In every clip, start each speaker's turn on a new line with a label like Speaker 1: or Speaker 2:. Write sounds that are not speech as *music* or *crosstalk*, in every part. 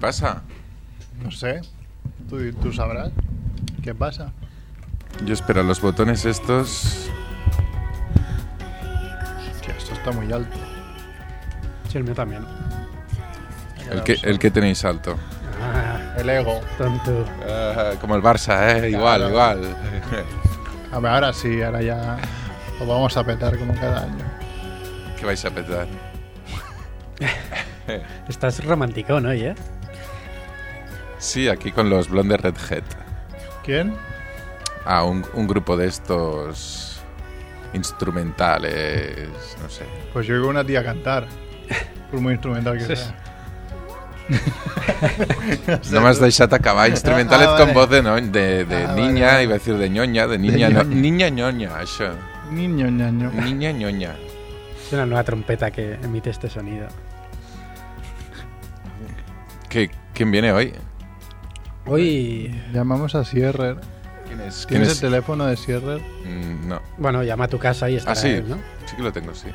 Speaker 1: pasa?
Speaker 2: No sé. Tú, tú sabrás. ¿Qué pasa?
Speaker 1: Yo espero los botones estos.
Speaker 2: Hostia, esto está muy alto.
Speaker 3: Sí, el mío también.
Speaker 1: El que, el que tenéis alto.
Speaker 3: Ah,
Speaker 2: El ego.
Speaker 3: tonto.
Speaker 1: Ah, como el Barça, ¿eh? Igual,
Speaker 2: Claro.
Speaker 1: igual. *laughs*
Speaker 2: A ver, ahora sí, ahora ya lo vamos a petar como cada año.
Speaker 1: ¿Qué vais a petar?
Speaker 3: Estás ¿eh? romántico, ¿no? ¿Ya?
Speaker 1: Sí, aquí con los Blonde Redhead.
Speaker 2: ¿Quién?
Speaker 1: Ah, un, un grupo de estos instrumentales, no
Speaker 2: *laughs*
Speaker 1: sé.
Speaker 2: Pues yo oigo a una tía cantar. Por muy instrumental que
Speaker 3: Sí,
Speaker 2: sea. *laughs*
Speaker 1: No m'has deixat acabar. Instrumentales
Speaker 2: Ah,
Speaker 1: con
Speaker 2: vale.
Speaker 1: voz de, no, de, de
Speaker 2: Ah,
Speaker 1: niña,
Speaker 2: vale, vale.
Speaker 1: iba a decir de ñoña, de niña, no,
Speaker 2: ñoña.
Speaker 1: niña ñoña, això.
Speaker 2: Niño ñaño.
Speaker 1: Niña ñoña.
Speaker 3: Es una nueva trompeta que emite este sonido.
Speaker 1: ¿Qué, ¿Quién viene hoy?
Speaker 3: Hoy,
Speaker 2: Llamamos a Sierrer.
Speaker 1: ¿Quién es? ¿Quién
Speaker 2: ¿Tienes el
Speaker 1: es?
Speaker 2: teléfono de Sierrer?
Speaker 1: Mm, no.
Speaker 3: bueno, llama a tu casa y está
Speaker 1: Ah, sí.
Speaker 3: ¿no?
Speaker 1: Sí que lo tengo, sí.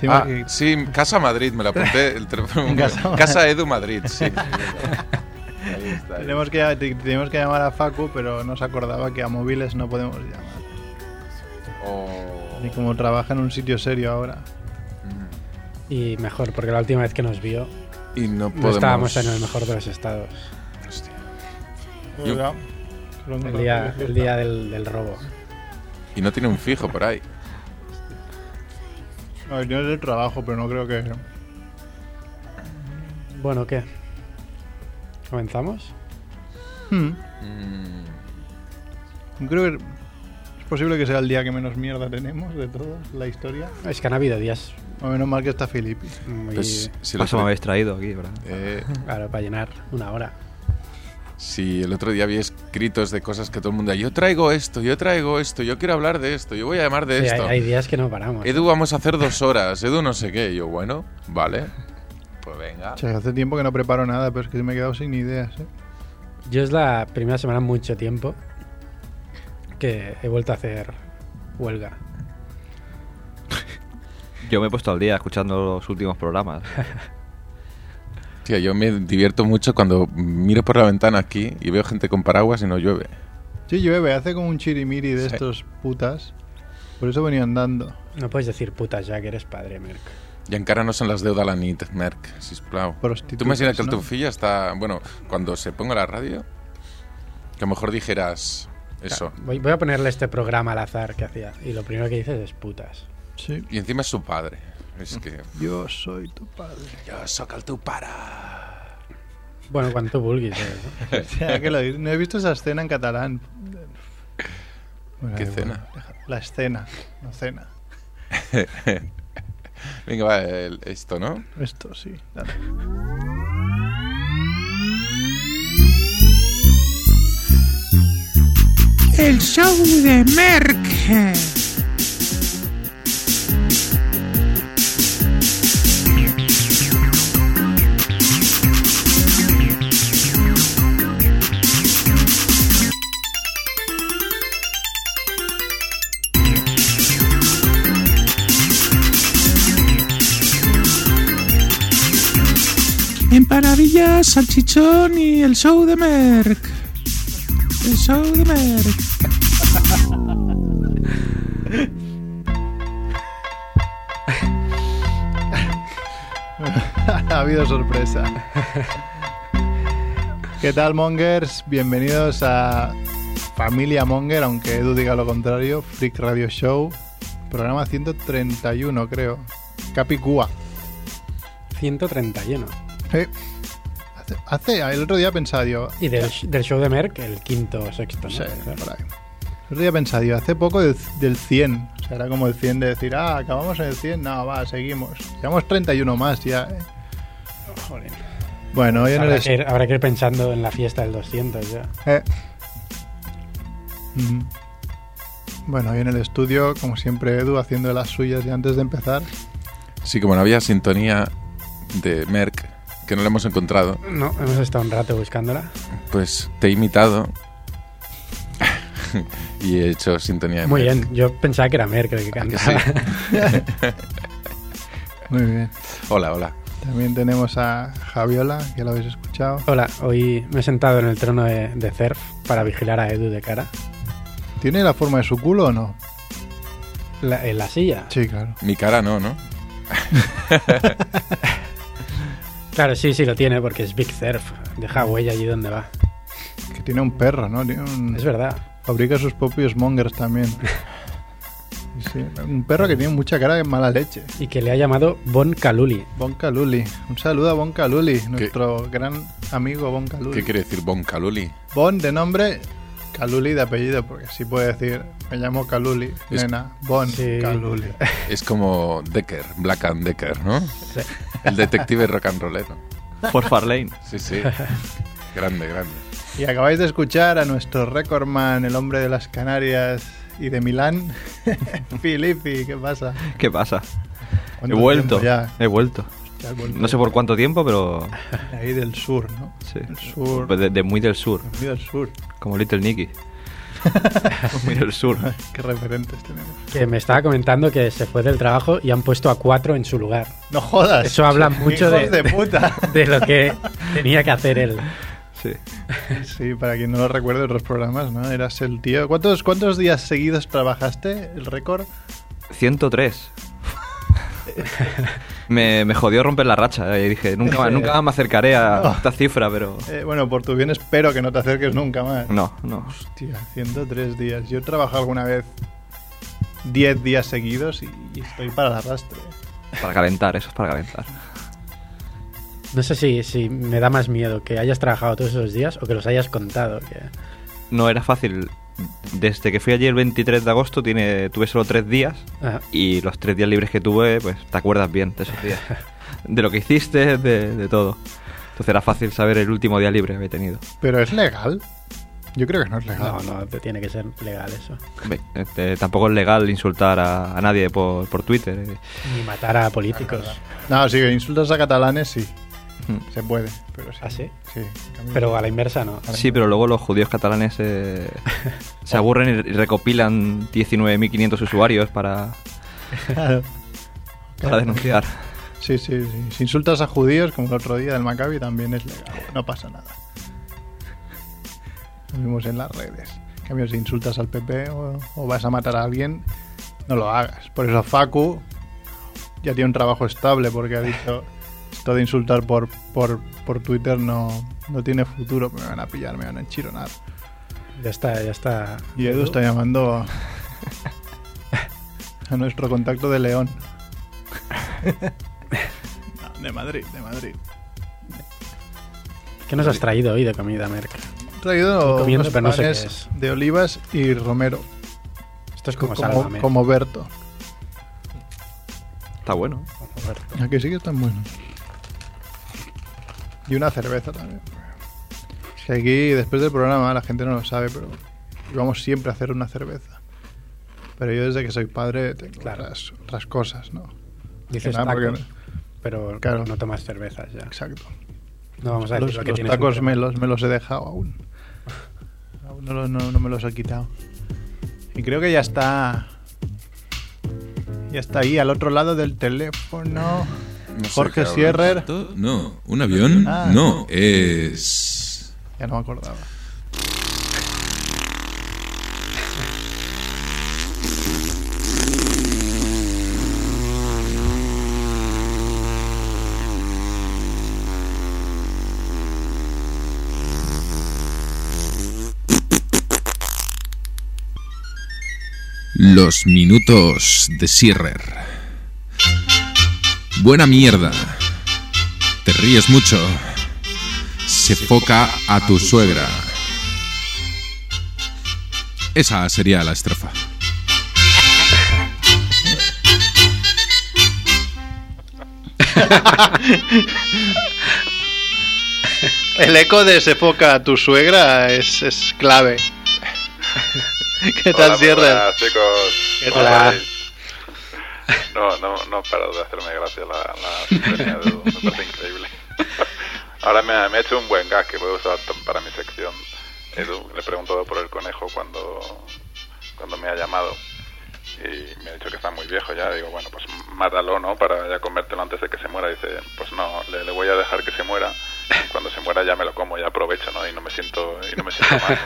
Speaker 2: Tengo
Speaker 1: Ah,
Speaker 2: que-
Speaker 1: sí, Casa Madrid, me lo apunté. El
Speaker 2: *laughs*
Speaker 1: teléfono.
Speaker 2: Casa-
Speaker 1: Casa Edu Madrid,
Speaker 2: *laughs*
Speaker 1: sí. Ahí está.
Speaker 2: Tenemos que, te- tenemos que llamar a Facu, pero nos acordaba que a móviles no podemos llamar.
Speaker 1: O-
Speaker 2: Y como trabaja en un sitio serio ahora.
Speaker 1: Mm.
Speaker 3: Y mejor, porque la última vez que nos vio
Speaker 1: Y no
Speaker 3: no
Speaker 1: podemos...
Speaker 3: estábamos en el mejor de los estados.
Speaker 1: Hostia. Yo-
Speaker 2: Hola.
Speaker 3: El día, el día del, del robo.
Speaker 1: Y no tiene un fijo por ahí.
Speaker 2: A ver, yo es del trabajo, pero no creo que.
Speaker 3: Bueno, ¿qué? ¿Comenzamos?
Speaker 2: Hmm,
Speaker 1: Mm.
Speaker 2: yo creo que es posible que sea el día que menos mierda tenemos de todos, la historia.
Speaker 3: Es que han habido días
Speaker 2: O menos mal que está Filippi.
Speaker 3: muy...
Speaker 1: Pues, si lo
Speaker 4: Paso me habéis traído aquí, ¿verdad?
Speaker 1: Eh,
Speaker 3: Claro, para llenar una hora.
Speaker 1: Sí, el otro día había escritos de cosas que todo el mundo. Yo traigo esto, yo traigo esto, yo quiero hablar de esto, yo voy a llamar de
Speaker 3: Sí, hay,
Speaker 1: esto.
Speaker 3: hay días que no paramos.
Speaker 1: Edu, vamos a hacer dos horas. Edu, no sé qué. Y yo, bueno,
Speaker 3: *laughs*
Speaker 1: vale. Pues venga.
Speaker 2: Che, hace tiempo que no preparo nada, pero es que me he quedado sin ideas. ¿eh?
Speaker 3: Yo es la primera semana en mucho tiempo que he vuelto a hacer huelga.
Speaker 4: Yo me he puesto al día escuchando los últimos programas. *laughs*
Speaker 1: Tío, yo me divierto mucho cuando miro por la ventana aquí y veo gente con paraguas y no llueve.
Speaker 2: Sí, llueve, hace como un chirimiri de
Speaker 1: Sí.
Speaker 2: estos putas. Por eso venía andando.
Speaker 3: No puedes decir putas ya que eres padre, Merck.
Speaker 1: I encara no se'n les deu de la nit, Merc, sisplau.
Speaker 2: Prostitutes,
Speaker 1: Tú imagina que el
Speaker 2: ¿no?
Speaker 1: tu fill está... Bueno, cuando se ponga la radio, que a lo mejor dijeras eso.
Speaker 3: Voy, voy a ponerle este programa al azar que hacía. Y lo primero que dices es putas.
Speaker 2: Sí.
Speaker 1: Y encima es su padre. Es que...
Speaker 2: Yo soy tu padre. *laughs*
Speaker 1: Jo sóc el teu pare.
Speaker 3: Bueno, cuando tú vulguis. ¿sabes, no?
Speaker 2: O sea, que lo- no he visto esa escena en catalán. Bueno,
Speaker 1: ¿Qué
Speaker 2: da igual.
Speaker 1: escena?
Speaker 2: La escena. La cena.
Speaker 1: Venga, va, el- esto, ¿no?
Speaker 2: Esto sí. dale. *laughs*
Speaker 5: El show de Merck. Empanadillas, salchichón y el show de Merck. El show de Merck.
Speaker 2: ha habido sorpresa. ¿Qué tal, Mongers? Bienvenidos a Familia Monger, aunque Edu diga lo contrario. Freak Radio Show, programa 131, creo. Capicúa.
Speaker 3: 131.
Speaker 2: Eh, Hace, hace- el otro día pensaba, yo,
Speaker 3: Y del, sh- del show de Merck, el quinto o sexto. ¿no?
Speaker 2: No sé, por ahí. El otro día pensaba, digo, hace poco del, del 100. O sea, era como el 100 de decir, ah, acabamos en el 100. No, va, seguimos. Llevamos 31 más ya. ¿eh?
Speaker 3: Joder.
Speaker 2: Bueno, hoy en el...
Speaker 3: Habrá
Speaker 2: es-
Speaker 3: que, ir, habrá que ir pensando en la fiesta del 200 ya.
Speaker 2: eh. Ujú. Bueno, hoy en el estudio, como siempre, Edu haciendo de las suyas y antes de empezar.
Speaker 1: Sí, como no había sintonía de Merck, que no la hemos encontrado,
Speaker 3: No, hemos estado un rato buscándola.
Speaker 1: pues te he imitado *laughs* y he hecho sintonía de
Speaker 3: Muy
Speaker 1: Merck.
Speaker 3: bien, yo pensaba
Speaker 2: Ah,
Speaker 3: que era Merck el que
Speaker 1: ¿A que
Speaker 3: cantaba.
Speaker 1: sí?
Speaker 2: Muy bien.
Speaker 1: Hola, hola.
Speaker 2: También tenemos a Javiola, que lo habéis escuchado.
Speaker 3: *laughs* Hola, hoy me he sentado en el trono de, de Cerf para vigilar a Edu de cara.
Speaker 2: ¿Tiene la forma de su culo o no?
Speaker 3: La- en la silla.
Speaker 2: Sí, claro.
Speaker 1: Mi cara no, ¿no?
Speaker 3: Claro, sí, sí lo tiene porque es Big Cerf. Deja huella allí donde va.
Speaker 2: Que tiene un perro, ¿no? Tiene un-
Speaker 3: Es verdad.
Speaker 2: Fabrica sus propios mongers *laughs* también. Sí, sí. Un perro que tiene mucha cara de mala leche.
Speaker 3: Y que le ha llamado Bon Caluli.
Speaker 2: Bonka Luli. Un saludo a Bonka Luli, nuestro gran amigo Bonka
Speaker 1: ¿Qué
Speaker 2: Luli.
Speaker 1: quiere decir Boncaluli?
Speaker 2: Bon de nombre, Kaluli de apellido, porque así puede decir, me llamo Kaluli,
Speaker 1: Es-
Speaker 2: nena, Bon
Speaker 3: Sí.
Speaker 2: Kaluli. *laughs*
Speaker 1: Es como Decker, Black and Decker, ¿no? El detective rock and rollero.
Speaker 4: Por Farlane.
Speaker 1: Sí, sí. Grande, grande.
Speaker 2: Y acabáis de escuchar a nuestro recordman, el hombre de las Canarias y de Milán, *laughs* Filippi, ¿qué pasa?
Speaker 4: ¿Qué pasa? He
Speaker 2: ¿Cuánto
Speaker 4: vuelto.
Speaker 2: tiempo Ya,
Speaker 4: He vuelto.
Speaker 2: Ya has vuelto.
Speaker 4: No sé por cuánto tiempo, pero.
Speaker 2: Ahí del sur, ¿no?
Speaker 4: Sí.
Speaker 2: Del sur.
Speaker 4: Pues De, de muy del sur.
Speaker 2: Muy del sur.
Speaker 4: Como
Speaker 2: *laughs*
Speaker 4: Little Nicky. muy del sur.
Speaker 2: Qué referentes tenemos.
Speaker 3: Que me estaba comentando que se fue del trabajo y han puesto a cuatro en su lugar.
Speaker 2: No jodas.
Speaker 3: Eso
Speaker 2: *laughs*
Speaker 3: habla mucho de-
Speaker 2: Hijos de puta. *laughs*
Speaker 3: De lo *laughs* que tenía que hacer él.
Speaker 4: Sí.
Speaker 2: Sí, para quien no lo recuerde otros programas, ¿no? Eras el tío. ¿Cuántos, cuántos días seguidos trabajaste el récord?
Speaker 4: 103. me, me jodió romper la racha. eh, Y dije, nunca, más- nunca más me
Speaker 2: *laughs*
Speaker 4: acercaré a esta cifra, pero.
Speaker 2: Eh, bueno, por tu bien espero que no te acerques nunca más.
Speaker 4: No, no.
Speaker 2: Hostia, 103 días. Yo he trabajado alguna vez 10 días seguidos y, y estoy para el arrastre.
Speaker 4: Para calentar, eso es para calentar.
Speaker 3: No sé si, si me da más miedo que hayas trabajado todos esos días o que los hayas contado. que-
Speaker 4: No era fácil. Desde que fui allí el 23 de agosto tiene, tuve solo tres días
Speaker 3: Ah,
Speaker 4: y los tres días libres que tuve, pues te acuerdas bien de esos días. De lo que hiciste, de, de todo. Entonces era fácil saber el último día libre que había tenido.
Speaker 2: ¿Pero es legal? Yo creo que no es legal.
Speaker 3: no, no, te tiene que ser legal eso.
Speaker 4: Hombre, este, tampoco es legal insultar a, a nadie por, por Twitter. eh.
Speaker 3: Ni matar a políticos.
Speaker 2: No, sí, insultas a catalanes sí,
Speaker 4: Hmm.
Speaker 2: se puede. Pero sí.
Speaker 3: ¿Ah, sí?
Speaker 2: Sí. en cambio-
Speaker 3: Pero a la inversa no.
Speaker 4: Sí, pero luego los judíos catalanes eh, se aburren y recopilan 19.500 usuarios para,
Speaker 2: *laughs* Claro.
Speaker 4: para denunciar.
Speaker 2: Sí, sí, sí. Si insultas a judíos, como el otro día del Maccabi, también es legal. No pasa nada. Lo vimos en las redes. En cambio, si insultas al PP o, o vas a matar a alguien, no lo hagas. Por eso Facu ya tiene un trabajo estable porque ha dicho esto de insultar por, por, por Twitter no, no tiene futuro. Me van a pillar, me van a enchironar.
Speaker 3: Ya está, ya está.
Speaker 2: Y Edu está llamando a nuestro contacto de León. No, de Madrid, de Madrid.
Speaker 3: ¿Qué nos has traído hoy de comida, Merck?
Speaker 2: He traído
Speaker 3: Comiendo,
Speaker 2: unos
Speaker 3: pero no sé
Speaker 2: panes
Speaker 3: qué es.
Speaker 2: de olivas y romero,
Speaker 3: Esto es como,
Speaker 2: como,
Speaker 3: Sálvame,
Speaker 2: como Berto.
Speaker 4: Está bueno.
Speaker 3: como Berto.
Speaker 2: Aquí sí que están buenos. Y una cerveza también. Es que aquí, después del programa, la gente no lo sabe, pero vamos siempre a hacer una cerveza. Pero yo desde que soy padre tengo
Speaker 3: Claro.
Speaker 2: otras, otras cosas, ¿no?
Speaker 3: Dices
Speaker 2: nada, porque-
Speaker 3: tacos, pero
Speaker 2: Claro.
Speaker 3: no tomas cervezas ya.
Speaker 2: Exacto.
Speaker 3: No vamos a decir
Speaker 2: Los,
Speaker 3: lo que
Speaker 2: los
Speaker 3: tienes
Speaker 2: tacos
Speaker 3: dentro.
Speaker 2: me los, me los he dejado aún. Aún no, los- no- no me los he quitado. Y creo que ya está. Ya está ahí, al otro lado del teléfono.
Speaker 1: No sé
Speaker 2: Jorge
Speaker 1: qué habrá
Speaker 2: Sierrer.
Speaker 1: hecho. No, un avión.
Speaker 2: Ah.
Speaker 1: No, es.
Speaker 2: Ya no me acordaba.
Speaker 5: Los minutos de Sirrer. Buena mierda. Te ríes mucho. Se foca a tu suegra. Esa sería la estrofa.
Speaker 2: El eco de ese foca a tu suegra es, es
Speaker 6: *laughs*
Speaker 2: clave. ¿Qué
Speaker 6: Hola, muy buenas, chicos.
Speaker 2: ¿Qué
Speaker 6: ¿Cómo
Speaker 2: tal?
Speaker 6: estáis? No, no, no paro de hacerme gracia la, la sintonía de Edu, me parece increíble. *laughs* Ahora me ha, me ha hecho un buen gag que voy a usar tam- para mi sección. Edu, le he preguntado por el conejo cuando, cuando me ha llamado y me ha dicho que está muy viejo ya. Digo, bueno, pues m- mátalo, ¿no? Para ya comértelo antes de que se muera. Dice, pues no, le, le voy a dejar que se muera. Cuando se muera ya me lo como, ya aprovecho, ¿no? Y no me siento, y no me siento mal.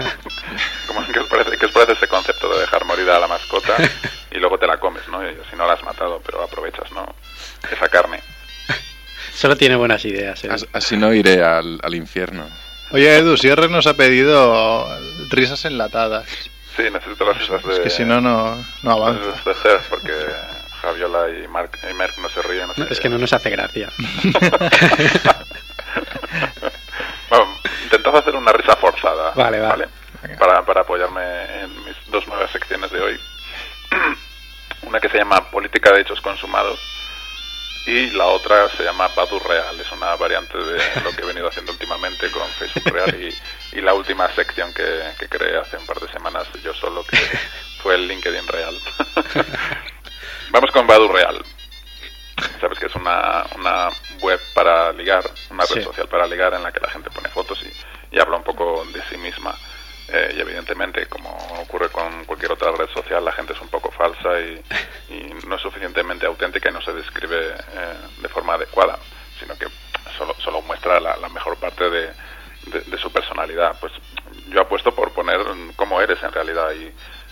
Speaker 6: Como, ¿qué, os parece, qué os parece ese concepto de dejar morir a la mascota y luego te la comes, ¿no? Y si no la has matado, pero aprovechas, ¿no? Esa carne.
Speaker 3: Solo tiene buenas ideas. ¿eh?
Speaker 1: As- Así no iré al, al infierno.
Speaker 2: Oye, Edu, Sierra nos ha pedido risas enlatadas.
Speaker 6: Sí, necesito las risas de...
Speaker 2: Es que si no, no, no
Speaker 6: las
Speaker 2: avanza.
Speaker 6: risas de Jerez, porque Javiola y Mark, y Merck no se ríen. así
Speaker 3: No, es que no nos hace gracia.
Speaker 6: Bueno, intentad hacer una risa forzada.
Speaker 3: Vale, vale.
Speaker 6: Para, para apoyarme en mis dos nuevas secciones de hoy. *clears throat* Una que se llama Política de Hechos Consumados y la otra se llama Badu Real. Es una variante de lo que he venido haciendo últimamente con Facebook Real y, y la última sección que, que creé hace un par de semanas yo solo, que fue el LinkedIn Real. Vamos con Badu Real. Sabes que es una, una web para ligar, una red
Speaker 3: Sí.
Speaker 6: social para ligar en la que la gente pone fotos y, y habla un poco de sí misma. Eh, y evidentemente, como ocurre con cualquier otra red social, la gente es un poco falsa y, y no es suficientemente auténtica y no se describe eh, de forma adecuada, sino que solo, solo muestra la, la mejor parte de, de- de su personalidad. Pues yo apuesto por poner cómo eres en realidad y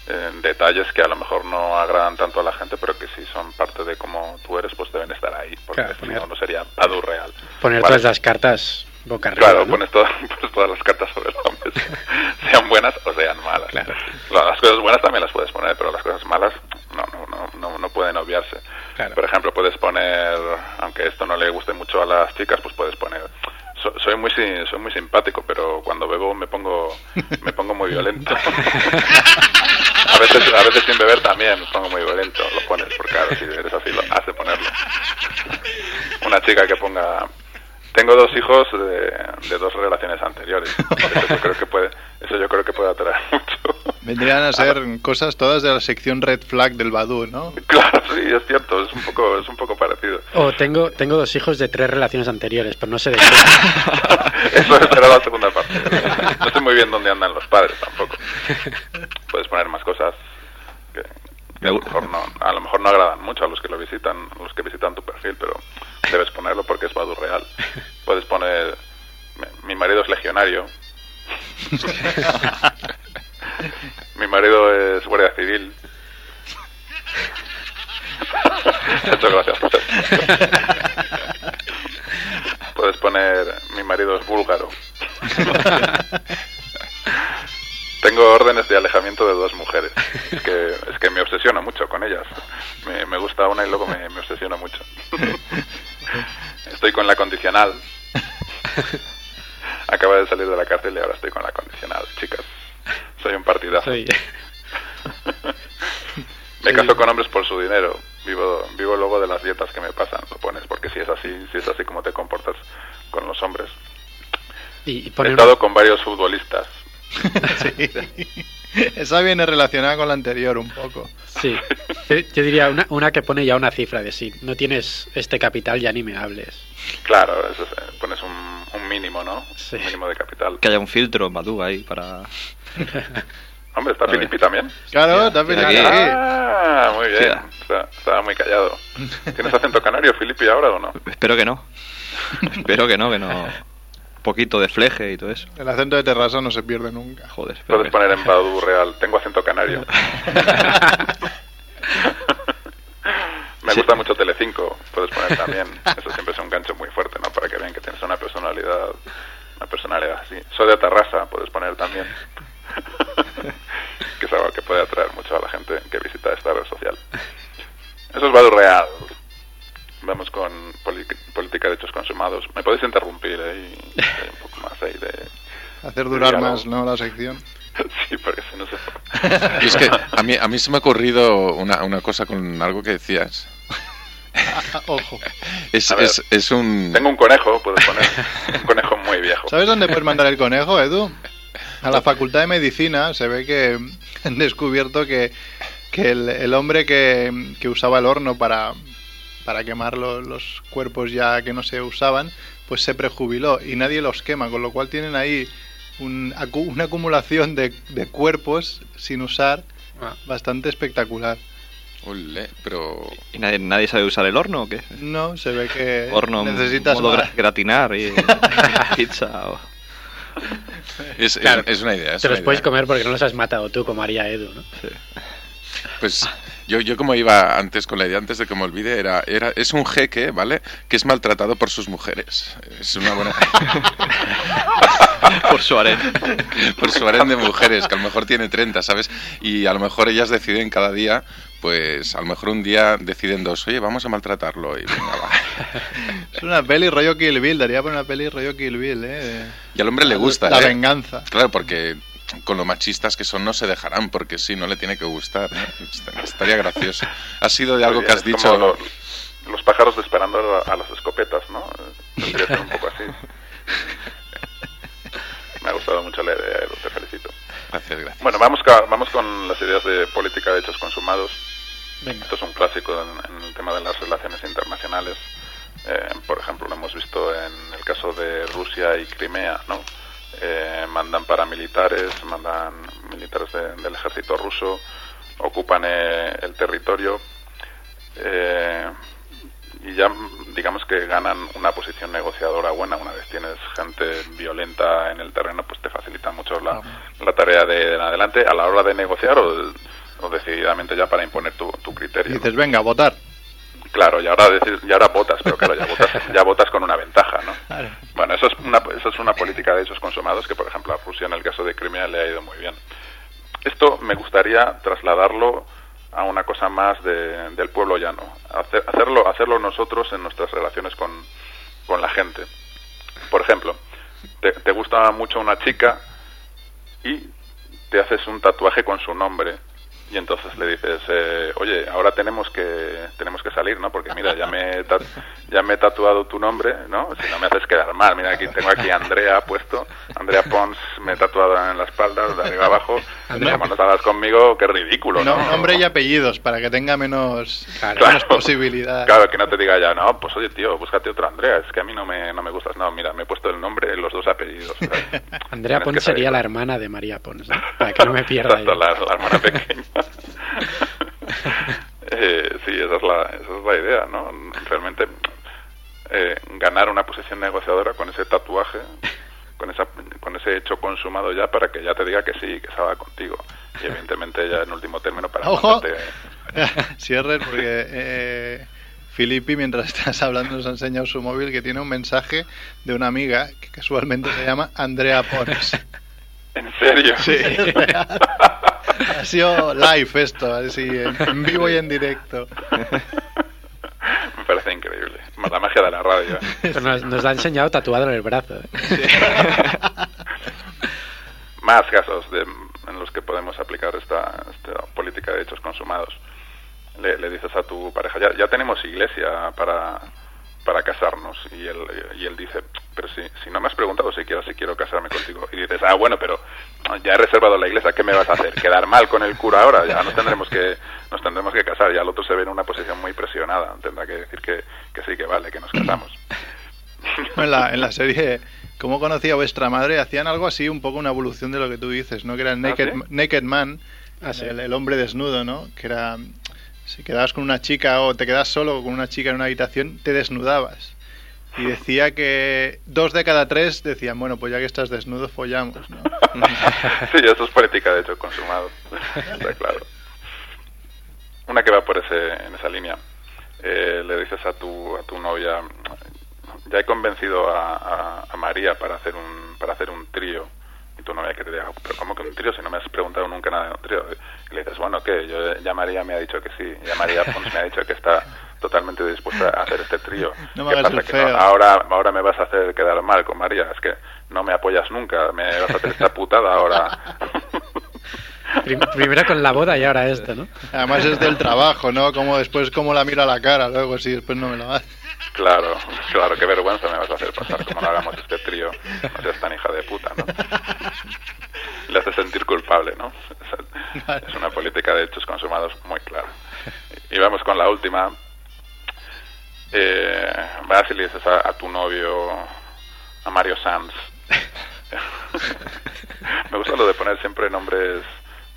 Speaker 6: eh, detalles que a lo mejor no agradan tanto a la gente, pero que si son parte de cómo tú eres, pues deben estar ahí, porque
Speaker 3: Claro,
Speaker 6: si
Speaker 3: poner-
Speaker 6: no, no sería Padu Real.
Speaker 3: Poner
Speaker 6: Vale.
Speaker 3: todas las cartas boca arriba.
Speaker 6: Claro,
Speaker 3: ¿no?
Speaker 6: pones, todas, *laughs* pones todas las cartas sobre la
Speaker 3: *laughs*
Speaker 6: mesa, sean buenas o sean malas.
Speaker 3: Claro.
Speaker 6: La- Las cosas buenas también las puedes poner, pero las cosas malas no, no, no, no, no pueden obviarse.
Speaker 3: Claro.
Speaker 6: Por ejemplo, puedes poner, aunque esto no le guste mucho a las chicas, pues puedes poner, "So- soy muy si- soy muy simpático, pero cuando bebo me pongo me pongo muy violento. a veces a veces sin beber también me pongo muy violento. Lo pones por claro, si eres así lo hace ponerlo. Una chica que ponga tengo dos hijos de, de dos relaciones anteriores. Eso yo creo que puede, eso yo creo que puede atraer mucho. *laughs*
Speaker 2: Vendrían a ser
Speaker 6: Ah,
Speaker 2: cosas todas de la sección red flag del Badu, ¿no?
Speaker 6: Claro, sí, es cierto, es un poco, es un poco parecido.
Speaker 3: O tengo, tengo dos hijos de tres relaciones anteriores, pero no sé de qué.
Speaker 6: *laughs* Eso será la segunda parte. No sé muy bien dónde andan los padres tampoco. Puedes poner más cosas que, que a, lo mejor no, a lo mejor no agradan mucho a los que lo visitan, a los que visitan tu perfil, pero debes ponerlo porque es Badu real. Puedes poner "Mi- mi marido es legionario. mi marido es guardia civil. Muchas gracias. Puedes poner mi marido es búlgaro. Tengo órdenes de alejamiento de dos mujeres. Es que, es que me obsesiono mucho con ellas. Me, me gusta una y luego me, me obsesiono mucho. Estoy con la condicional. Acaba de salir de la cárcel y ahora estoy con la condicional, chicas. Soy un partidazo.
Speaker 3: Soy-
Speaker 6: Me
Speaker 3: Sí.
Speaker 6: caso con hombres por su dinero. Vivo, vivo luego de las dietas que me pasan, lo pones, porque si es así, si es así como te comportas con los hombres.
Speaker 3: Y, y
Speaker 6: He
Speaker 3: poner
Speaker 6: estado con varios futbolistas.
Speaker 2: Sí. Esa viene relacionada con la anterior un poco.
Speaker 3: Sí. Yo, yo diría una, una que pone ya una cifra de sí. No tienes este capital, ya ni me hables.
Speaker 6: Claro, eso es, eh, pones un, un mínimo, ¿no?
Speaker 3: Sí.
Speaker 6: Un mínimo de capital.
Speaker 4: Que haya un filtro en Badoo ahí para...
Speaker 6: Hombre, ¿está
Speaker 4: A ver.
Speaker 6: Filippi también?
Speaker 2: Claro,
Speaker 4: Mira,
Speaker 2: también
Speaker 4: mira
Speaker 2: aquí.
Speaker 4: aquí.
Speaker 6: Ah, muy bien.
Speaker 4: Sí.
Speaker 6: Está- estaba muy callado. ¿Tienes acento canario, Filippi, ahora o no?
Speaker 4: Espero que no. Espero que no, que no... Un poquito de fleje y todo eso.
Speaker 2: El acento de Terrassa no se pierde nunca.
Speaker 4: Joder, espero
Speaker 6: Puedes
Speaker 4: que-
Speaker 6: poner en Badu Real, tengo acento canario. Me
Speaker 4: Sí.
Speaker 6: gusta mucho Telecinco, puedes poner también. *laughs* Eso siempre es un gancho muy fuerte, ¿no? Para que vean que tienes una personalidad, una personalidad así. Soy de Tarrasa, puedes poner también. *laughs* que es algo que puede atraer mucho a la gente que visita esta red social. Eso es Badu Real. Vamos con poli- política de hechos consumados. Me podéis interrumpir eh? Y- y un poco más ahí de... *laughs*
Speaker 2: Hacer durar
Speaker 6: Claro.
Speaker 2: más, ¿no? La sección.
Speaker 6: Sí, porque si no se...
Speaker 1: Y es que a mí, a mí se me ha ocurrido una, una cosa con algo que decías.
Speaker 2: Ah, ojo.
Speaker 1: Es,
Speaker 6: A ver.
Speaker 1: es, es un...
Speaker 6: Tengo un conejo, puedes poner. Un conejo
Speaker 2: *laughs*
Speaker 6: muy viejo.
Speaker 2: ¿Sabes dónde puedes mandar el conejo, Edu? A la Facultad de Medicina se ve que *laughs* han descubierto que, que el, el hombre que, que usaba el horno para, para quemar lo- los cuerpos ya que no se usaban, pues se prejubiló y nadie los quema, con lo cual tienen ahí un acu- una acumulación de, de cuerpos sin usar
Speaker 3: Ah.
Speaker 2: bastante espectacular.
Speaker 1: Ole, pero.
Speaker 4: *laughs* ¿Y nadie, nadie sabe usar el horno o qué?
Speaker 2: No, se ve que
Speaker 4: horno,
Speaker 2: Eh, necesitas
Speaker 4: modo
Speaker 2: más.
Speaker 4: gra-
Speaker 2: *laughs*
Speaker 4: gratinar y pizza o...
Speaker 1: Es,
Speaker 3: Claro,
Speaker 1: es una idea. es
Speaker 3: Te
Speaker 1: una
Speaker 3: los puedes
Speaker 1: idea.
Speaker 3: comer porque no los has matado tú, como haría Edu, ¿no?
Speaker 4: sí.
Speaker 1: Pues yo, yo como iba antes con la idea, antes de que me olvide, era, era es un jeque, ¿vale? Que es maltratado por sus mujeres. Es una buena...
Speaker 4: *laughs* Por su harén.
Speaker 1: por su harén de mujeres, que a lo mejor tiene 30, ¿sabes? Y a lo mejor ellas deciden cada día, pues a lo mejor un día deciden dos, oye, vamos a maltratarlo y venga, va.
Speaker 2: Es una peli rollo Kill Bill, daría por una peli rollo Kill Bill, ¿eh?
Speaker 1: Y al hombre le gusta,
Speaker 2: La
Speaker 1: ¿eh?
Speaker 2: venganza.
Speaker 1: Claro, porque con lo machistas que son no se dejarán, porque sí, no le tiene que gustar. ¿no? Est- Estaría gracioso. Ha sido de algo que has
Speaker 6: Es como
Speaker 1: dicho...
Speaker 6: lo- los pájaros disparando a, a las escopetas, ¿no? Tendría que ser un poco así. Me ha gustado mucho la idea, Edu, te felicito.
Speaker 1: Gracias, gracias.
Speaker 6: Bueno, vamos, ca- vamos con las ideas de política de hechos consumados.
Speaker 2: Venga.
Speaker 6: Esto es un clásico en, en el tema de las relaciones internacionales. Eh, por ejemplo, lo hemos visto en el caso de Rusia y Crimea, ¿no? Eh, mandan paramilitares, mandan militares de- del ejército ruso, ocupan eh, el territorio eh, y ya mm, digamos que ganan una posición negociadora buena. Una vez tienes gente violenta en el terreno, pues te facilita mucho la, la tarea de, de en adelante a la hora de negociar o, o decididamente ya para imponer tu, tu
Speaker 2: Y
Speaker 6: criterio. ¿no?
Speaker 2: dices, venga, a votar.
Speaker 6: Claro, y ahora, decir- y ahora votas, pero claro, ya votas, ya votas con una ventaja, ¿no?
Speaker 2: Claro.
Speaker 6: Bueno, eso es, una, eso es una política de hechos consumados que, por ejemplo, a Rusia en el caso de Crimea le ha ido muy bien. Esto me gustaría trasladarlo a una cosa más de- del pueblo llano, hacer- hacerlo, hacerlo nosotros en nuestras relaciones con, con la gente. Por ejemplo, te, te gusta mucho una chica y te haces un tatuaje con su nombre y entonces le dices, eh, oye, ahora tenemos que tenemos que salir, ¿no? Porque mira, ya me, he ta- ya me he tatuado tu nombre, ¿no? Si no me haces quedar mal, mira, aquí tengo aquí a Andrea puesto, Andrea Pons me he tatuado en la espalda, de arriba abajo,
Speaker 3: Andrea.
Speaker 6: cuando salgas conmigo, qué ridículo, ¿no?
Speaker 2: No, nombre y apellidos para que tenga menos,
Speaker 3: Claro.
Speaker 2: menos posibilidades. *laughs*
Speaker 6: Claro, que no te diga ya, no, pues oye, tío, búscate otro Andrea, es que a mí no me, no me gustas. No, mira, me he puesto el nombre, los dos apellidos. ¿sabes? Tienes
Speaker 3: Andrea
Speaker 6: que
Speaker 3: Pons
Speaker 6: saber.
Speaker 3: sería la hermana de María Pons, ¿no? *laughs* para que no
Speaker 6: *laughs*
Speaker 3: me pierda.
Speaker 6: Exacto,
Speaker 3: yo.
Speaker 6: la, la hermana pequeña. *laughs* Eh, sí, esa es, la, esa es la idea, ¿no? Realmente eh, ganar una posición negociadora con ese tatuaje, con, esa, con ese hecho consumado ya, para que ya te diga que sí, que se va contigo. Y evidentemente ya en último
Speaker 3: *laughs*
Speaker 6: término para
Speaker 2: Ojo.
Speaker 6: mandarte-
Speaker 2: Cierre porque eh, Filippi, mientras estás hablando, nos ha enseñado su móvil que tiene un mensaje de una amiga que casualmente se llama Andrea Pons.
Speaker 6: ¿En serio?
Speaker 2: Sí.
Speaker 6: *laughs*
Speaker 2: ha sido live esto, así, en vivo y en directo.
Speaker 6: Me parece increíble. La magia de la radio. ¿eh?
Speaker 3: *laughs* Pero Nos, nos la ha enseñado tatuado en el brazo. ¿eh?
Speaker 6: más casos de- en los que podemos aplicar esta, esta política de hechos consumados. Le, le dices a tu pareja, ya, ya tenemos iglesia para, para casarnos. Y él, y él dice, pero si, si no me has preguntado si quiero, si quiero casarme contigo. Y dices, ah, bueno, pero ya he reservado la iglesia, ¿qué me vas a hacer? ¿Quedar mal con el cura ahora? Ya nos tendremos que, nos tendremos que casar. Y al otro se ve en una posición muy presionada. Tendrá que decir que, que sí, que vale, que nos casamos.
Speaker 2: En la, en la serie ¿Cómo conocía vuestra madre? Hacían algo así, un poco una evolución de lo que tú dices, ¿no? Que era el
Speaker 6: ¿Ah,
Speaker 2: Naked,
Speaker 6: sí?
Speaker 2: naked Man,
Speaker 3: Ah, sí.
Speaker 2: el, el hombre desnudo, ¿no? Que era, si quedabas con una chica o te quedabas solo con una chica en una habitación, te desnudabas. Y decía que dos de cada tres decían, bueno, pues ya que estás desnudo, follamos,
Speaker 6: *laughs*
Speaker 2: ¿no?
Speaker 6: sí, eso es política de hecho consumado. Está claro. Una que va por ese, en esa línea. Eh, le dices a tu, a tu novia, ya he convencido a, a- a María para hacer un para hacer un trío. Y tu novia que te diga, pero ¿cómo que un trío? Si no me has preguntado nunca nada de un trío. Y le dices, bueno, ¿qué? Yo, ya María me ha dicho que sí. Ya María Pons me ha dicho que está totalmente dispuesta a hacer este trío.
Speaker 2: *laughs* No me
Speaker 6: ¿Qué
Speaker 2: hagas
Speaker 6: pasa?
Speaker 2: el
Speaker 6: Que no-
Speaker 2: feo.
Speaker 6: ahora, ahora me vas a hacer quedar mal con María. Es que no me apoyas nunca. Me vas a hacer esta
Speaker 2: *laughs*
Speaker 6: putada ahora.
Speaker 3: Prim- primero con la boda y ahora esto, ¿no?
Speaker 2: Además es del trabajo, ¿no? Como después, como la miro a la cara, luego, si después no me lo hace.
Speaker 6: Claro, claro, qué vergüenza me vas a hacer pasar como no hagamos este trío. No seas tan hija de puta, ¿no? Le hace sentir culpable, ¿no? Es- Es una política de hechos consumados muy clara. Y vamos con la última. Eh, vas y le dices a, a tu novio,
Speaker 4: *laughs*
Speaker 6: a Mario Sanz. me gusta lo de poner siempre nombres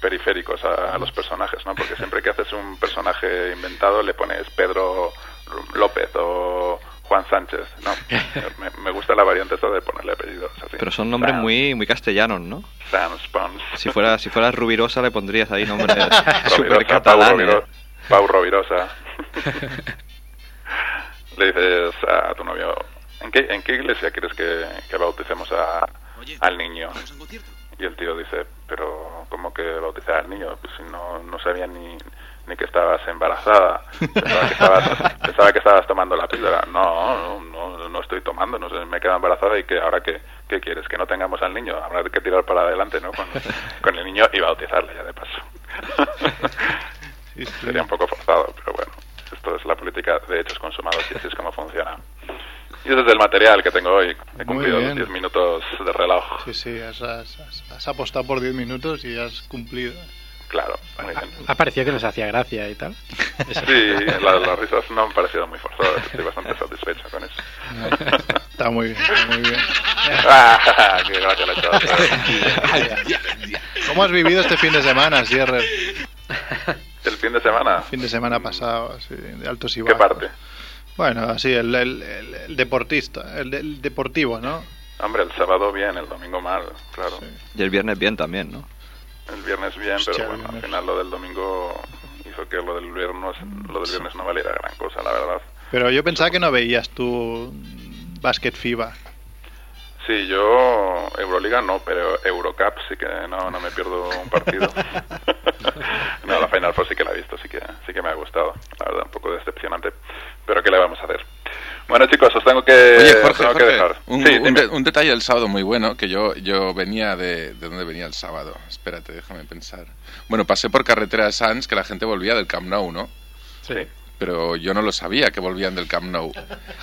Speaker 6: periféricos a, a los personajes, ¿no? Porque siempre que haces un personaje inventado le pones Pedro López o Juan Sánchez,
Speaker 4: *laughs*
Speaker 6: ¿no? Me, me gusta la variante esta de ponerle apellidos así.
Speaker 4: Pero son nombres
Speaker 6: Sam-
Speaker 4: muy, muy castellanos, ¿no?
Speaker 6: Sam Spons.
Speaker 4: Si fuera, si fuera Rubirosa le pondrías ahí nombres super ¿eh?
Speaker 6: Rovirosa, Pau,
Speaker 4: catalanes.
Speaker 6: Roviro- Pau Rovirosa. *laughs* Le dices a tu novio, ¿en qué, en qué iglesia quieres que, que bauticemos a, al niño? Y el tío dice, pero ¿cómo que bautizar al niño? Pues si no, no sabía ni, ni que estabas embarazada. Pensaba que estabas, pensaba que estabas tomando la píldora. No, no, no, no estoy tomando, no sé, me quedo embarazada y que ahora que qué quieres, que no tengamos al niño. Habrá que tirar para adelante ¿no? con, con el niño y bautizarle ya de paso.
Speaker 2: Sí, sí.
Speaker 6: Sería un poco forzado, pero bueno, esto es la política de hechos consumados y así es como funciona. Y ese es el material que tengo hoy.
Speaker 2: Muy
Speaker 6: He cumplido los
Speaker 2: bien.
Speaker 6: 10 minutos de reloj.
Speaker 2: Sí, sí, has, has- has- has apostado por 10 minutos y has cumplido.
Speaker 6: Claro, muy bien.
Speaker 2: *laughs*
Speaker 3: Ha parecido que nos hacía gracia y tal. Eso.
Speaker 6: Sí, la- las risas no han parecido muy forzadas. Estoy bastante satisfecho
Speaker 2: *laughs*
Speaker 6: con eso.
Speaker 2: Está muy bien, está muy bien.
Speaker 6: Ah, *laughs* ¡Qué gracia le he hecho a otra vez.
Speaker 2: ¿Cómo has vivido este fin de semana, Sierra?
Speaker 6: El fin de semana.
Speaker 2: Fin de semana pasado, así, de altos y
Speaker 6: ¿Qué
Speaker 2: bajos.
Speaker 6: parte?
Speaker 2: Bueno, así, el, el- el- el deportista, el, el deportivo, ¿no?
Speaker 6: Hombre, el sábado bien, el domingo mal, claro.
Speaker 2: Sí.
Speaker 4: Y el viernes bien también, ¿no?
Speaker 6: El viernes bien,
Speaker 2: Hostia,
Speaker 6: pero bueno, al
Speaker 2: viernes.
Speaker 6: final lo del domingo hizo que lo del viernes, lo del viernes no valiera gran cosa, la verdad.
Speaker 2: Pero yo pensaba que no veías tú mm, Basket FIBA.
Speaker 6: Sí, yo Euroliga no, pero Eurocup sí que no, no me pierdo un partido. no, la Final Four sí que la he visto, sí que, sí que me ha gustado. La verdad, un poco decepcionante. Pero ¿qué le vamos a hacer? Bueno, chicos, os tengo que,
Speaker 1: Oye, Jorge,
Speaker 6: os Eh, tengo que
Speaker 1: Jorge,
Speaker 6: dejar.
Speaker 1: un,
Speaker 6: Sí,
Speaker 1: un
Speaker 6: dime.
Speaker 1: de- un detalle del sábado muy bueno, que yo, yo venía de... ¿De dónde venía el sábado? Espérate, déjame pensar. Bueno, pasé por carretera de Sanz, que la gente volvía del Camp Nou, ¿no?
Speaker 6: Sí.
Speaker 1: Pero yo no lo sabía que volvían del Camp Nou.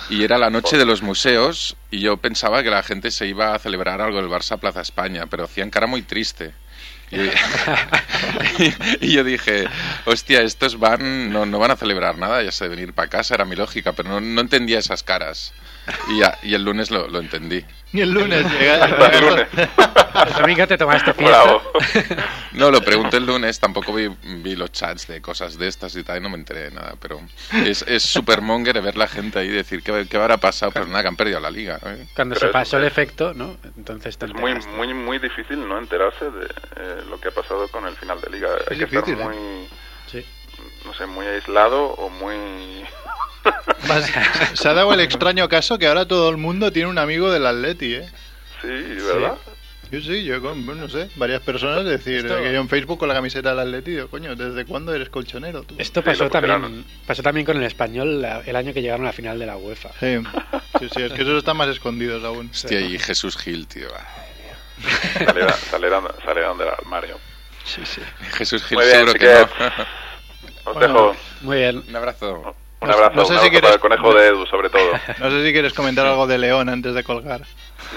Speaker 1: Y era la noche de los museos y yo pensaba que la gente se iba a celebrar algo del Barça a Plaza España, pero hacían cara muy triste. Y, y- y *laughs* yo dije, hostia, estos van, no, no van a celebrar nada, ya se deben ir para casa, era mi lógica, pero no, no entendía esas caras. Y, ya- y el lunes lo, lo entendí.
Speaker 2: Ni el
Speaker 6: *laughs*
Speaker 2: lunes llega.
Speaker 6: Hasta
Speaker 2: *laughs*
Speaker 6: el lunes.
Speaker 3: El domingo Pues, te tomaste fiesta.
Speaker 6: *laughs* Bravo.
Speaker 1: No, lo pregunté el lunes, tampoco vi, vi los chats de cosas de estas y tal, y no me enteré de nada, pero es, es supermonger ver la gente ahí decir qué, qué habrá pasado, pero nada, que han perdido la liga. ¿eh?
Speaker 3: Cuando
Speaker 6: Pero
Speaker 3: se
Speaker 6: es-
Speaker 3: pasó el efecto, ¿no? Entonces te
Speaker 6: Es muy,
Speaker 3: enteraste.
Speaker 6: muy, muy difícil no enterarse de eh, lo que ha pasado con el final de liga. Hay que
Speaker 2: difícil, ¿eh?
Speaker 6: estar muy,
Speaker 3: Sí.
Speaker 6: no sé, muy aislado o muy...
Speaker 2: Más- se ha dado el extraño caso que ahora todo el mundo tiene un amigo del Atleti, ¿eh?
Speaker 6: Sí, ¿verdad?
Speaker 2: Yo sí, yo con, no sé, varias personas decir
Speaker 3: Esto-
Speaker 2: que yo en Facebook con la camiseta del Atleti, digo, coño, ¿desde cuándo eres colchonero tú?
Speaker 3: Esto
Speaker 6: Sí,
Speaker 3: pasó
Speaker 6: lo
Speaker 3: también
Speaker 6: pusieron.
Speaker 3: pasó también con el español la- el año que llegaron a la final de la UEFA.
Speaker 2: Sí, sí, sí, es que esos están más escondidos aún.
Speaker 1: Hostia, y Jesús Gil, tío. *laughs*
Speaker 6: Salieron, salieron, salieron del armario.
Speaker 3: Sí, sí.
Speaker 1: Jesús Gil
Speaker 6: Muy bien,
Speaker 1: seguro que
Speaker 6: chiquets.
Speaker 1: no. *laughs*
Speaker 6: Os
Speaker 2: Bueno,
Speaker 6: dejo.
Speaker 3: Muy bien.
Speaker 1: Un abrazo.
Speaker 6: Un
Speaker 2: No-
Speaker 6: abrazo,
Speaker 2: no sé
Speaker 6: un
Speaker 2: si
Speaker 6: abrazo
Speaker 2: quieres-
Speaker 6: para el conejo de Edu,
Speaker 2: *laughs*
Speaker 6: sobre todo.
Speaker 2: No sé si quieres comentar algo de León antes de colgar.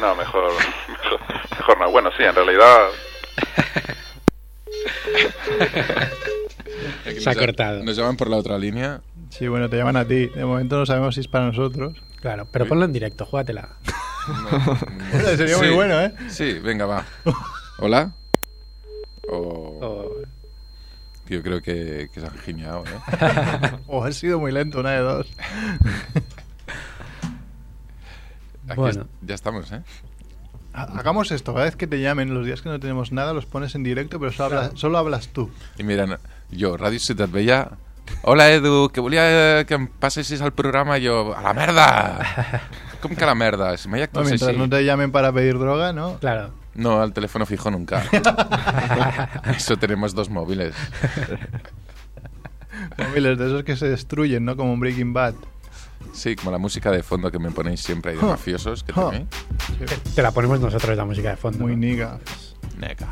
Speaker 6: No, mejor, mejor, mejor no. Bueno, sí, en realidad,
Speaker 3: Se ha cortado.
Speaker 1: Nos llaman por la otra línea.
Speaker 2: Sí, bueno, te llaman a ti. De momento no sabemos si es para nosotros.
Speaker 3: Claro, pero ponlo en directo, júgatela.
Speaker 2: Sería muy
Speaker 1: Sí.
Speaker 2: bueno, ¿eh?
Speaker 1: Sí, venga, va. ¿Hola? O-
Speaker 3: O-
Speaker 1: Yo creo que, que se han giñado, ¿eh?
Speaker 2: O has sido muy lento, una de dos.
Speaker 1: Aquí
Speaker 3: Bueno.
Speaker 1: es- ya estamos, ¿eh?
Speaker 2: Ha- Hagamos esto, cada vez que te llamen los días que no tenemos nada, los pones en directo, pero solo, hablas, solo hablas tú.
Speaker 1: Y miran, yo, Radio Ciudad Bella. Hola, Edu, que volia eh, que em passessis al programa. Jo, a la merda!
Speaker 2: *laughs*
Speaker 1: Com que a la merda? Si mai
Speaker 2: No,
Speaker 1: actues
Speaker 2: mientras
Speaker 1: així.
Speaker 2: no te llamen para pedir
Speaker 1: *laughs*
Speaker 2: droga, ¿no?
Speaker 3: Claro.
Speaker 1: No, al teléfono fijo
Speaker 2: *laughs*
Speaker 1: nunca. Eso tenemos dos móviles.
Speaker 2: Móviles de esos que se destruyen, ¿no? Como un Breaking Bad.
Speaker 1: Sí, como la música de fondo que me ponéis siempre ahí de
Speaker 2: Huh.
Speaker 1: mafiosos. Que
Speaker 2: Huh.
Speaker 1: tenéis.
Speaker 3: Te la ponemos nosotros la música de fondo.
Speaker 2: Muy
Speaker 3: ¿no?
Speaker 2: niga.
Speaker 1: Nega.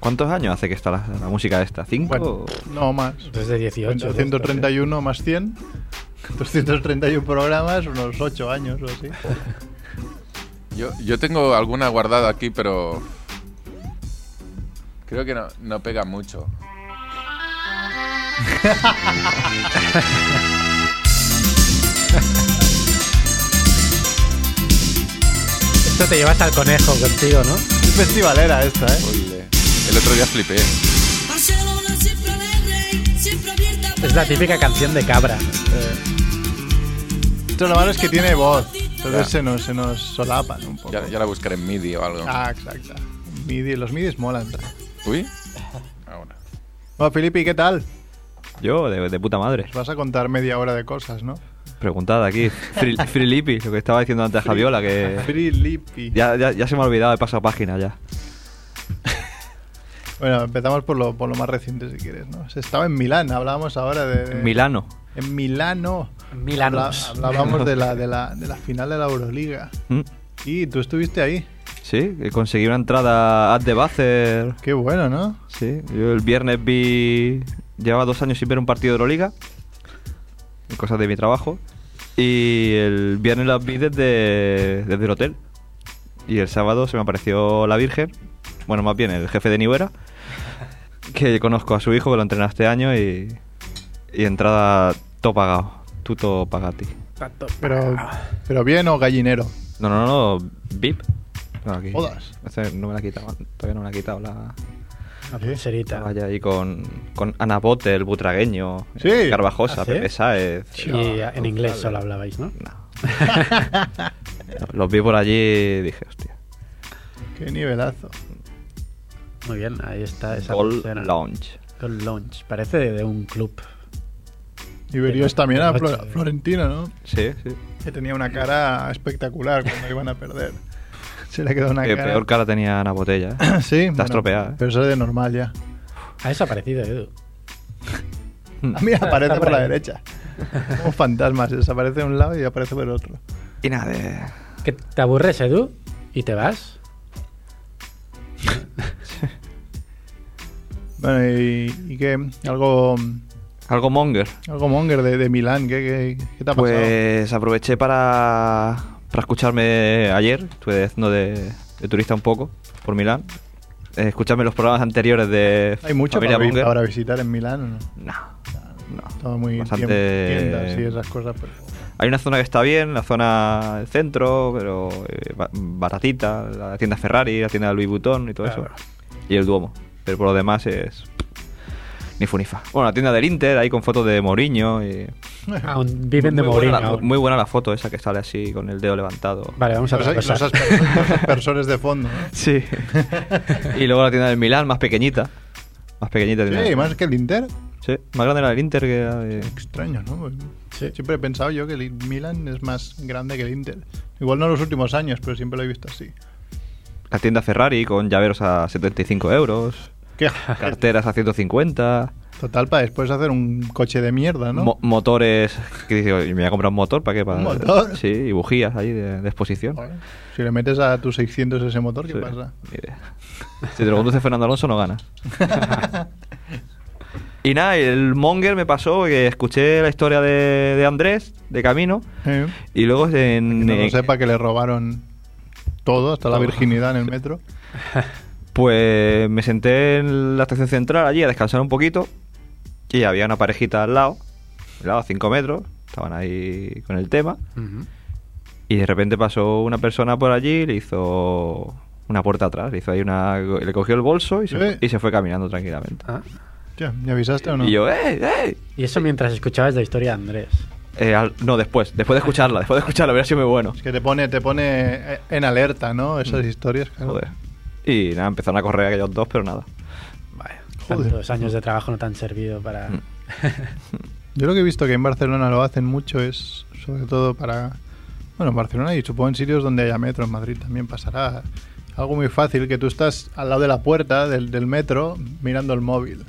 Speaker 4: ¿Cuántos años hace que está la, la música esta? ¿Cinco?
Speaker 2: Bueno,
Speaker 1: Oh.
Speaker 2: no más.
Speaker 3: Desde 18.
Speaker 2: 231 más *laughs* 100. 231 programas, unos 8 años o así.
Speaker 1: Yo, yo tengo alguna guardada aquí, pero. Creo que no, no pega mucho.
Speaker 3: Esto te llevas al conejo contigo, ¿no?
Speaker 2: Es festivalera esta, ¿eh?
Speaker 1: Oye, el otro día flipé.
Speaker 7: Hace
Speaker 3: Es la típica canción de cabra.
Speaker 2: Esto lo malo es que tiene voz. Entonces se, nos, se nos solapan un poco.
Speaker 1: Ya, ya la buscaré en MIDI o algo.
Speaker 2: Ah, exacto. Midi, los midis molan. *laughs*
Speaker 1: Uy. Ahora.
Speaker 2: Bueno, Filipe, ¿qué tal?
Speaker 4: Yo, de, de puta madre.
Speaker 2: Nos vas a contar media hora de cosas, ¿no?
Speaker 4: Preguntad aquí. Free, Free Lippy, lo que estaba diciendo antes Javiola, que
Speaker 2: Filipe.
Speaker 4: Eh. ya, ya, ya se me ha olvidado de pasar página ya.
Speaker 2: Bueno, empezamos por lo, por lo más reciente, si quieres, ¿no? Se estaba en Milán, hablábamos ahora de... de-
Speaker 4: Milano.
Speaker 2: En Milano.
Speaker 3: Milanos.
Speaker 2: Habla- hablábamos de la, de, la, de la final de la Euroliga.
Speaker 4: ¿Mm?
Speaker 2: Y tú estuviste ahí.
Speaker 4: Sí, que conseguí una entrada at the buzzer.
Speaker 2: Qué bueno, ¿no?
Speaker 4: Sí, yo el viernes vi. Llevaba dos años sin ver un partido de Euroliga. Cosas de mi trabajo. Y el viernes las vi desde, desde el hotel. Y el sábado se me apareció la Virgen. Bueno, más bien el jefe de Nivera. Que conozco a su hijo, que lo entrena este año. Y, y entrada todo pagado. Tuto pagati.
Speaker 2: Pero,
Speaker 4: Ah,
Speaker 2: pero bien o gallinero.
Speaker 4: No, no, no, VIP. No, aquí.
Speaker 2: Jodas.
Speaker 4: Esta no me la quitaban. Todavía no me la ha quitado la.
Speaker 3: La pulserita.
Speaker 4: Ah, Vaya ahí con, con Ana Bote, el butragueño,
Speaker 2: Sí.
Speaker 4: eh, Carvajosa,
Speaker 3: ¿Ah, sí?
Speaker 4: Pepe Sáez.
Speaker 3: Y en inglés solo hablabais, ¿no?
Speaker 4: No. Los vi por allí y dije, hostia.
Speaker 2: Qué nivelazo.
Speaker 3: Muy bien, ahí está esa
Speaker 4: Gol
Speaker 3: pulsera.
Speaker 4: Lounge.
Speaker 3: Gold Lounge. Parece de, de un club.
Speaker 2: Y Berrios también a Flo-
Speaker 3: Noche.
Speaker 2: Florentino, ¿no?
Speaker 4: Sí, sí.
Speaker 2: Que tenía una cara espectacular cuando iban a perder. *laughs* Se le quedó una
Speaker 4: Qué
Speaker 2: cara.
Speaker 4: peor cara tenía Ana Botella. ¿eh?
Speaker 2: *clears throat* sí, bueno,
Speaker 4: estropeada, ¿eh?
Speaker 2: Pero eso es de normal ya. *laughs*
Speaker 3: Ha desaparecido, Edu.
Speaker 2: A *coughs*
Speaker 4: ¿eh?
Speaker 2: mí aparece
Speaker 3: está
Speaker 2: por la
Speaker 3: por ahí.
Speaker 2: derecha. Como fantasmas, desaparece de un lado y aparece por el otro.
Speaker 4: y nada, de-
Speaker 3: ¿Que ¿Te aburres, Edu? ¿Y te vas?
Speaker 2: Bueno, y, y qué, algo,
Speaker 4: algo monger.
Speaker 2: algo monger de, de Milán, ¿qué, qué, qué te ha pasado?
Speaker 4: Pues aproveché para, para escucharme ayer, estuve haciendo de, de turista un poco por Milán. Eh, escucharme los programas anteriores de
Speaker 2: Hay mucho
Speaker 4: Familia
Speaker 2: para, vi-
Speaker 4: Monger.
Speaker 2: para visitar en Milán, ¿o ¿no?
Speaker 4: No, no.
Speaker 2: Todo muy
Speaker 4: Bastante-
Speaker 2: tiem- tiendas y esas cosas. Pero...
Speaker 4: Hay una zona que está bien, la zona del centro, pero eh, ba- baratita, la tienda Ferrari, la tienda Louis Vuitton y todo
Speaker 3: Claro.
Speaker 4: eso. Y el Duomo. Pero por lo demás es ni funifa. Bueno, la tienda del Inter, ahí con fotos de Mourinho. Y...
Speaker 2: Ah,
Speaker 4: Ah,
Speaker 3: Aún viven de
Speaker 4: muy,
Speaker 3: Mourinho.
Speaker 4: buena la,
Speaker 3: aún.
Speaker 4: muy buena la foto esa que sale así con el dedo levantado.
Speaker 3: Vale, vamos a
Speaker 2: Los,
Speaker 3: otra
Speaker 2: los,
Speaker 3: cosa.
Speaker 2: asper- los aspersores de fondo, ¿no?
Speaker 4: Sí. *laughs* y luego la tienda del Milán, más pequeñita. Más pequeñita. tienda
Speaker 2: Sí,
Speaker 4: del-
Speaker 2: más que el Inter.
Speaker 4: Sí, más grande era el Inter que la de-
Speaker 2: Extraño, ¿no? Pues, Siempre he pensado yo que el Milan es más grande que el Inter. Igual no en los últimos años, pero siempre lo he visto así.
Speaker 4: la tienda Ferrari con llaveros a 75 euros,
Speaker 2: ¿Qué?
Speaker 3: Ah.
Speaker 4: carteras a 150.
Speaker 2: Total, para después hacer un coche de mierda, ¿no?
Speaker 4: Mo- motores. Que dice, "Oye, me voy a comprar un motor para qué? Para,
Speaker 2: ¿Un motor?
Speaker 4: Sí, y bujías ahí de, de exposición.
Speaker 2: Joder, si le metes a tus 600 ese motor, ¿qué
Speaker 4: Sí,
Speaker 2: pasa?
Speaker 4: ni idea. Si te lo conduce Fernando Alonso, no
Speaker 2: *laughs*
Speaker 4: ganas. y nada, y el Monger me pasó que escuché la historia de, de Andrés de camino
Speaker 2: Eh,
Speaker 4: y luego en.
Speaker 2: que no lo
Speaker 4: eh,
Speaker 2: sepa que le robaron todo, hasta la
Speaker 4: Todo.
Speaker 2: virginidad en el metro.
Speaker 4: Pues me senté en la estación central allí a descansar un poquito y había una parejita al lado, al lado a 5 metros, estaban ahí con el tema.
Speaker 3: Ujú.
Speaker 4: Y de repente pasó una persona por allí, le hizo una puerta atrás, le hizo ahí una, le cogió el bolso y se,
Speaker 2: Eh.
Speaker 4: y se fue caminando tranquilamente.
Speaker 3: Ah,
Speaker 2: Tío, ¿Me avisaste o no?
Speaker 4: Y yo, ¡eh, eh!
Speaker 3: Y eso mientras escuchabas la historia de Andrés.
Speaker 4: Eh, al- no, después, después de escucharla, después de escucharla, hubiera sido muy bueno.
Speaker 2: Es que te pone, te pone eh, en alerta, ¿no? Esas historias. claro.
Speaker 4: Joder. Y nada, empezaron a correr aquellos dos, pero nada.
Speaker 3: Vaya,
Speaker 2: Joder.
Speaker 3: tantos años de trabajo no te han servido para...
Speaker 4: Mm.
Speaker 2: Yo lo que he visto que en Barcelona lo hacen mucho es, sobre todo para. Bueno, en Barcelona y supongo en sitios donde haya metro, en Madrid también pasará. Algo muy fácil, que tú estás al lado de la puerta del, del metro mirando el móvil.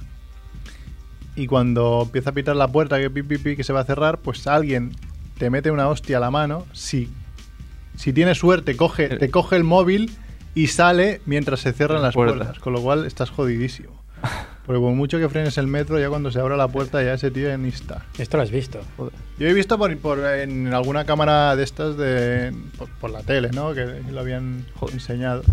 Speaker 2: Y cuando empieza a pitar la puerta, que pi, pi, pi, que se va a cerrar, pues alguien te mete una hostia a la mano. Si, si tienes suerte, coge, te coge el móvil y sale mientras se cierran las
Speaker 4: Puerta.
Speaker 2: puertas. Con lo cual estás jodidísimo. Porque por mucho que frenes el metro, ya cuando se abra la puerta, ya ese tío ya ni está.
Speaker 3: Esto lo has visto.
Speaker 2: Yo he visto por, por- en alguna cámara de estas de, por, por la tele, ¿no? Que lo habían
Speaker 4: Joder.
Speaker 2: enseñado.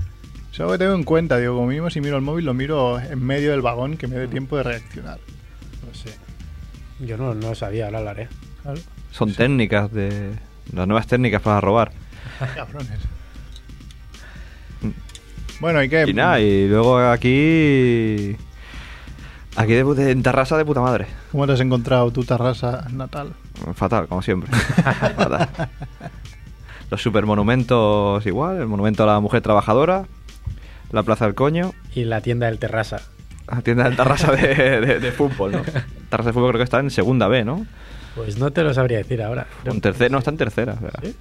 Speaker 2: Eso que tengo en cuenta, digo, como mínimo si miro el móvil, lo miro en medio del vagón que me dé tiempo de reaccionar.
Speaker 3: Mm. No sé. Yo no, no lo sabía, ahora lo haré. *laughs*
Speaker 2: Claro.
Speaker 4: Son técnicas de. Las nuevas técnicas para robar.
Speaker 2: Cabrones. Bueno, ¿y qué?
Speaker 4: Y nada, y luego aquí. Aquí de, pu- de- en Tarrasa de puta madre.
Speaker 2: ¿Cómo te has encontrado tu terraza natal?
Speaker 4: Fatal, como
Speaker 2: *laughs*
Speaker 4: siempre. Fatal. Los supermonumentos igual, el monumento a la mujer trabajadora, la plaza del coño,
Speaker 3: Y la tienda del Terrasa.
Speaker 4: la *laughs* tienda de Tarrasa de, de- de
Speaker 2: *laughs*
Speaker 4: fútbol, ¿no? Tarrasa de fútbol creo que está en segunda B, ¿no?
Speaker 3: Pues no te lo sabría decir ahora.
Speaker 4: O en tercera, no, está en tercera. o sea.
Speaker 3: ¿Sí?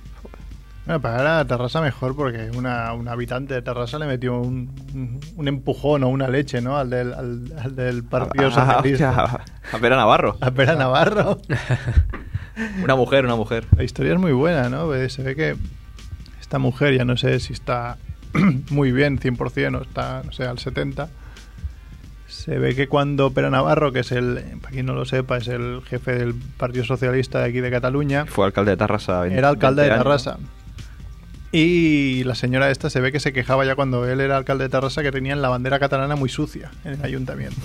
Speaker 2: Bueno, para ahora Terrassa mejor porque una, un habitante de Terrassa le metió un, un- un empujón o una leche, ¿no? Al del, al, al del Partido
Speaker 4: Ah, ah,
Speaker 2: Socialista.
Speaker 4: hostia, a ver a Navarro.
Speaker 2: A Pera
Speaker 3: *laughs*
Speaker 2: Navarro.
Speaker 4: Una mujer, una mujer.
Speaker 2: La historia es muy buena, ¿no? Pues Se ve que esta mujer, ya no sé si está *clears throat* muy bien 100% o está, no sé, al 70%. Se ve que cuando Pera Navarro, que es el, para quien no lo sepa, es el jefe del Partido Socialista de aquí de Cataluña,
Speaker 4: Fue alcalde de Tarrasa. 20
Speaker 2: era alcalde de
Speaker 4: 20 años.
Speaker 2: Tarrasa. Y la señora esta se ve que se quejaba ya cuando él era alcalde de Tarrasa que tenían la bandera catalana muy sucia en el ayuntamiento.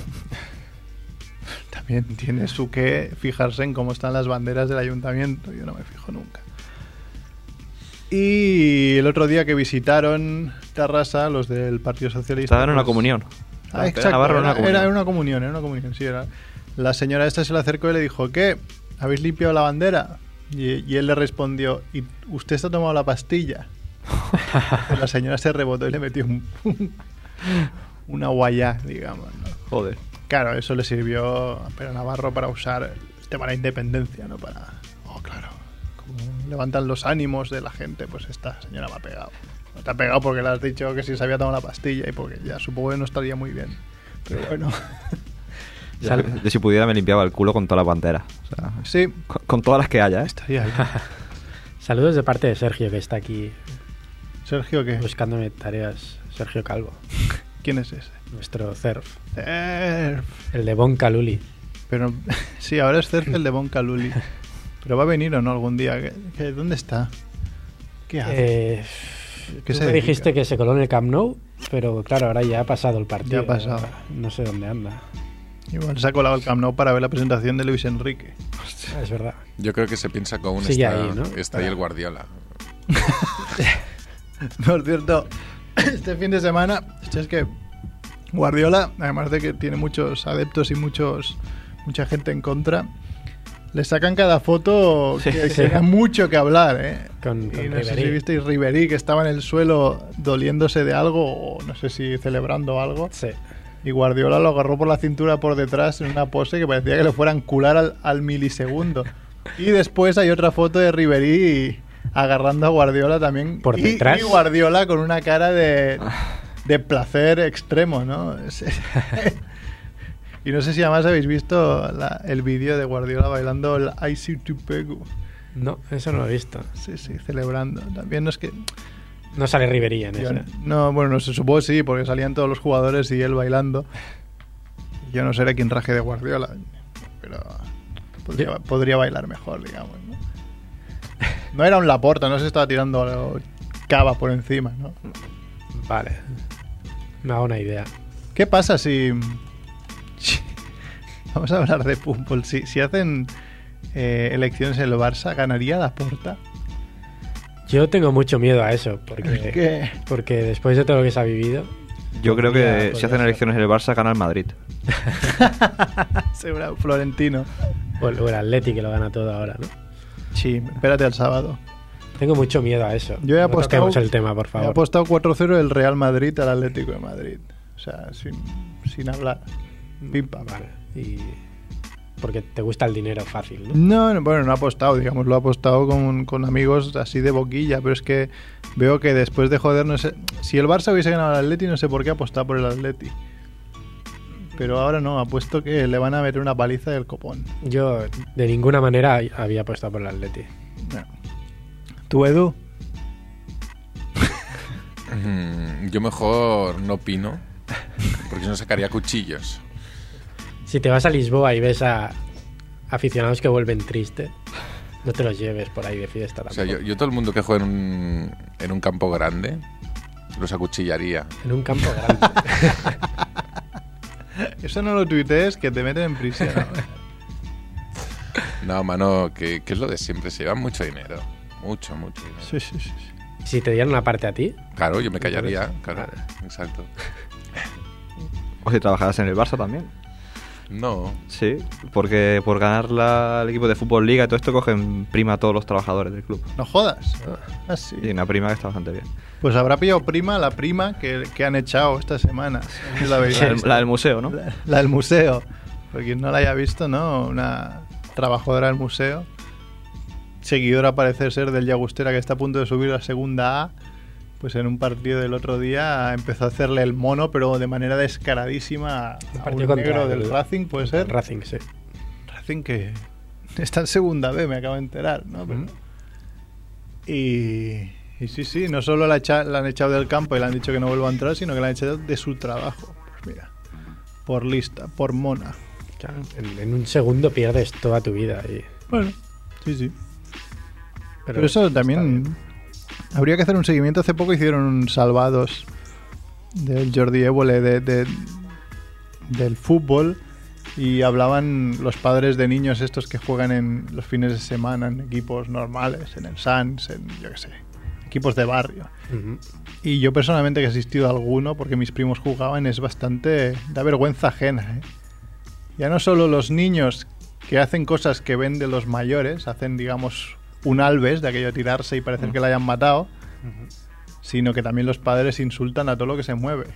Speaker 2: *laughs* También tiene su que fijarse en cómo están las banderas del ayuntamiento. Yo no me fijo nunca. Y el otro día que visitaron Tarrasa, los del Partido Socialista.
Speaker 4: Estaban en una
Speaker 2: pues,
Speaker 4: comunión.
Speaker 2: Ah,
Speaker 4: Era
Speaker 2: exacto.
Speaker 4: Navarro en
Speaker 2: era,
Speaker 4: una comunión.
Speaker 2: era una comunión, era una comunión, sí, era. La señora esta se le acercó y le dijo, ¿qué? ¿Habéis limpiado la bandera? Y, y él le respondió, ¿y usted se ha tomado la
Speaker 4: *laughs*
Speaker 2: pastilla? Pues la señora se rebotó y le metió un, una guayá, digamos. ¿no?
Speaker 4: Joder.
Speaker 2: Claro, eso le sirvió a Pero Navarro para usar el tema de la independencia, ¿no? Para... Oh, claro. Como levantan los ánimos de la gente, pues esta señora me ha pegado. No te ha pegado porque le has dicho que si se había tomado la pastilla y porque ya supongo que no estaría muy bien. Pero bueno,
Speaker 4: Yo,
Speaker 3: Sal-
Speaker 4: yo si pudiera me limpiaba el culo con todas las banderas. O sea,
Speaker 2: sí.
Speaker 4: con, con todas las que haya, ¿eh?
Speaker 2: Estaría bien.
Speaker 3: Saludos de parte de Sergio, que está aquí
Speaker 2: Sergio, ¿qué?
Speaker 3: buscándome tareas. Sergio Calvo,
Speaker 2: ¿quién es ese?
Speaker 3: nuestro CERF,
Speaker 2: Cerf.
Speaker 3: el de Bon Caluli.
Speaker 2: Pero *laughs* sí, ahora es Cerf el de Bon Caluli. Pero va a venir o no algún día. ¿Qué- qué- dónde está? ¿Qué hace?
Speaker 3: Eh,
Speaker 2: Ah. ¿Qué
Speaker 3: tú
Speaker 2: se
Speaker 3: me
Speaker 2: dedica?
Speaker 3: dijiste que se coló en el Camp Nou, pero claro, ahora ya ha pasado el partido.
Speaker 2: Ya ha pasado.
Speaker 3: No sé dónde anda.
Speaker 2: Igual se ha colado el Camp Nou para ver la presentación de Luis Enrique.
Speaker 3: Ah, es verdad.
Speaker 1: Yo creo que se piensa que aún
Speaker 3: Sigue
Speaker 1: está,
Speaker 3: ahí, ¿no?
Speaker 1: está ahí el Guardiola.
Speaker 2: Por cierto, *coughs* este fin de semana, este es que Guardiola, además de que tiene muchos adeptos y muchos mucha gente en contra, le sacan cada foto que, que
Speaker 3: sí.
Speaker 2: da mucho que hablar, ¿eh?
Speaker 3: Con- con
Speaker 2: y no sé si
Speaker 3: Ribery.
Speaker 2: visteis Ribery que estaba en el suelo doliéndose de algo o no sé si celebrando algo
Speaker 3: Sí.
Speaker 2: y Guardiola lo agarró por la cintura por detrás en una pose que parecía que lo fueran cular al, al milisegundo. Y después hay otra foto de Ribery agarrando a Guardiola también.
Speaker 3: Por
Speaker 2: Y-
Speaker 3: detrás.
Speaker 2: Y, Guardiola con una cara de, de placer extremo, ¿no? Es- *laughs* y no sé si además habéis visto la- el vídeo de Guardiola bailando el I see to Pegu.
Speaker 3: No, eso no lo he visto.
Speaker 2: Sí, sí, celebrando. También no es que...
Speaker 3: No sale Rivería en
Speaker 2: Yo
Speaker 3: eso.
Speaker 2: no- no, bueno, no se supo sí, porque salían todos los jugadores y él bailando. Yo no seré quien raje de Guardiola, pero podría,
Speaker 3: Yo-
Speaker 2: podría bailar mejor, digamos. ¿no? No era un Laporta, no se estaba tirando cava por encima, ¿no?
Speaker 3: Vale. Me hago una idea.
Speaker 2: ¿Qué pasa si... si- Vamos a hablar de fútbol. Si, si hacen eh, elecciones en el Barça, ¿ganaría Laporta?
Speaker 3: Yo tengo mucho miedo a eso,
Speaker 2: Es *laughs*
Speaker 3: porque,
Speaker 2: que...
Speaker 3: porque después de todo lo que se ha vivido,
Speaker 4: Yo creo que
Speaker 3: Podría-
Speaker 4: si
Speaker 3: podría
Speaker 4: hacen
Speaker 3: ser.
Speaker 4: elecciones en el Barça, gana el Madrid.
Speaker 2: Seguro, Florentino.
Speaker 3: o el, o el Atleti que lo gana todo ahora, ¿no?
Speaker 2: Sí, espérate al sábado.
Speaker 3: Tengo mucho miedo a eso.
Speaker 2: Yo he apostado-
Speaker 3: No toquemos el tema, por
Speaker 2: Me ha
Speaker 3: favor.
Speaker 2: apostado 4-0 el Real Madrid al Atlético de Madrid. O sea, sin, sin hablar. Pim, pam.
Speaker 3: Vale. Y... Porque te gusta el dinero fácil, ¿no?
Speaker 2: No, no, bueno, no ha apostado, digamos, lo ha apostado con, con amigos así de boquilla, pero es que veo que después de joder, no sé, si el Barça hubiese ganado al Atleti, no sé por qué apostar por el Atleti. Pero ahora no, apuesto que le van a meter una paliza del copón.
Speaker 3: Yo de ninguna manera había apostado por el Atleti.
Speaker 2: No. ¿Tú, Edu?
Speaker 1: Mm, Yo mejor no opino, porque si no sacaría cuchillos.
Speaker 3: Si te vas a Lisboa y ves a aficionados que vuelven tristes, no te los lleves por ahí de fiesta
Speaker 1: O
Speaker 3: tampoco.
Speaker 1: sea, yo, yo todo el mundo que juega en un, en un campo grande los acuchillaría.
Speaker 3: En un campo
Speaker 1: *laughs*
Speaker 3: grande.
Speaker 2: Eso no lo tuitees, que te meten en *laughs* prisión.
Speaker 1: No, mano, que, que es lo de siempre, se llevan mucho dinero. Mucho, mucho dinero.
Speaker 2: sí, sí, sí. sí.
Speaker 3: si te dieran una parte a ti,
Speaker 1: Claro, yo me callaría,
Speaker 3: Por eso.
Speaker 1: claro.
Speaker 3: Vale.
Speaker 1: Exacto.
Speaker 4: O si trabajaras en el Barça también.
Speaker 1: No.
Speaker 4: Sí, porque por ganar la- el equipo de fútbol liga y todo esto cogen prima a todos los trabajadores del club.
Speaker 2: No jodas. Ah, sí.
Speaker 4: Y una prima que está bastante bien.
Speaker 2: Pues habrá pillado prima la prima que, que han echado esta semana. La,
Speaker 4: La del,
Speaker 2: veis.
Speaker 4: la del museo, ¿no?
Speaker 2: La- la del museo. Por quien no la haya visto, ¿no? Una trabajadora del museo. Seguidora parece ser del Yagustera que está a punto de subir a segunda A. Pues en un partido del otro día empezó a hacerle el mono, pero de manera descaradísima a
Speaker 3: El
Speaker 2: un
Speaker 3: partido contra
Speaker 2: negro
Speaker 3: el-
Speaker 2: del Racing, puede ser.
Speaker 3: Racing, sí.
Speaker 2: Racing que está en segunda B, me acabo de enterar, ¿no? Pero- y, y sí, sí, no solo la, echa- la han echado del campo y le han dicho que no vuelva a entrar, sino que la han echado de su trabajo. Pues mira, por lista, por mona.
Speaker 3: Claro, en, en un segundo pierdes toda tu vida. y-
Speaker 2: Bueno, sí, sí.
Speaker 3: pero,
Speaker 2: Pero eso
Speaker 3: está
Speaker 2: también
Speaker 3: bien.
Speaker 2: habría que hacer un seguimiento. Hace poco hicieron un salvados del Jordi Évole de, de- del fútbol y hablaban los padres de niños estos que juegan en los fines de semana en equipos normales, en el Sans, en yo qué sé, equipos de barrio.
Speaker 3: Ujú.
Speaker 2: Y yo personalmente que he asistido a alguno porque mis primos jugaban es bastante... da vergüenza ajena. ¿eh? Ya no solo los niños que hacen cosas que ven de los mayores, hacen digamos un alves de aquello tirarse y parecer que la hayan matado, sino que también los padres insultan a todo lo que se mueve.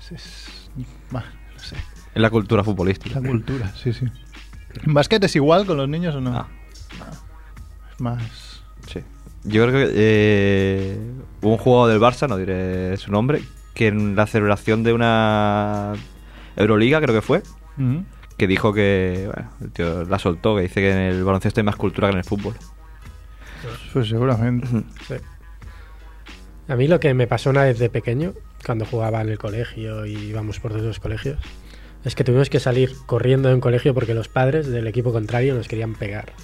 Speaker 2: Es, es- bah, no sé,
Speaker 4: Es la cultura futbolística.
Speaker 2: la cultura, sí, sí. ¿En básquet es igual con los niños o no?
Speaker 4: Ah,
Speaker 2: Es más...
Speaker 4: sí. Yo creo que eh, hubo un jugador del Barça, no diré su nombre, que en la celebración de una Euroliga, creo que fue,
Speaker 2: Ujú.
Speaker 4: que dijo que, bueno, el tío la soltó, que dice que en el baloncesto hay más cultura que en el fútbol.
Speaker 2: Pues seguramente.
Speaker 3: Sí. A mí lo que me pasó una vez de pequeño, cuando jugaba en el colegio y íbamos por todos los colegios, es que tuvimos que salir corriendo de un colegio porque los padres del equipo contrario nos querían pegar.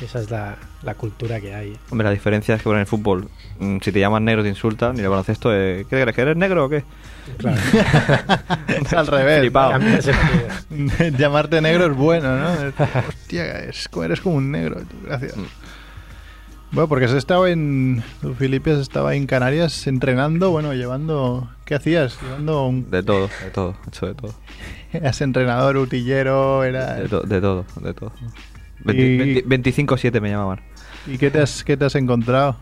Speaker 3: Esa es la, la cultura que hay.
Speaker 4: Hombre, la diferencia es que bueno, en el fútbol, mm, si te llaman negro te insultan, y en el baloncesto, eh, ¿qué crees? ¿Que eres negro o qué?
Speaker 3: Claro.
Speaker 2: Es *laughs* al revés.
Speaker 4: Flipado. Ah.
Speaker 3: Cambia ese
Speaker 2: *laughs*
Speaker 3: partido.
Speaker 2: Llamarte negro es bueno, ¿no? Hostia, es- eres como un negro, tú, gracias.
Speaker 4: Mm.
Speaker 2: Bueno, porque has estado en tú, Felipe, has estado ahí en Canarias entrenando, bueno, llevando... ¿Qué hacías? Llevando un...
Speaker 4: De todo, de todo, he hecho de todo.
Speaker 2: Eras entrenador, utillero, era...
Speaker 4: De, to- de todo, de todo.
Speaker 2: Y-
Speaker 4: 20- 20- 25-7 me llamaban.
Speaker 2: ¿Y qué te has, qué te has encontrado?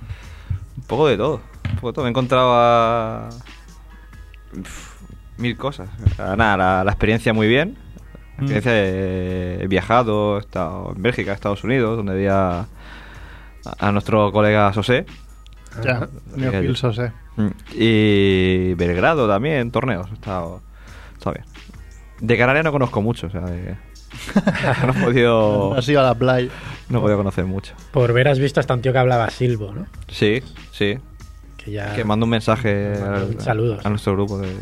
Speaker 4: Un poco de todo. Un poco de todo. Me encontraba mil cosas. Ah, Nada, la, la experiencia muy bien.
Speaker 2: Mm.
Speaker 4: La experiencia de- he viajado, he estado en Bélgica, Estados Unidos, donde vi a, a- a nuestro colega José.
Speaker 2: Ya, Neofil Sosé.
Speaker 4: Mm. Y Belgrado también, torneos. He estado, he estado bien. De Canarias no conozco mucho, o sea, de *laughs* que- no he
Speaker 2: *laughs*
Speaker 4: podido,
Speaker 2: Has ido a la playa.
Speaker 4: no he podido conocer mucho.
Speaker 3: Por ver has visto hasta un tío que hablaba silbo, ¿no?
Speaker 4: Sí, sí.
Speaker 3: Que ya...
Speaker 4: Que mando un mensaje
Speaker 3: Mando
Speaker 4: al-
Speaker 3: un saludo.
Speaker 4: a nuestro grupo. de-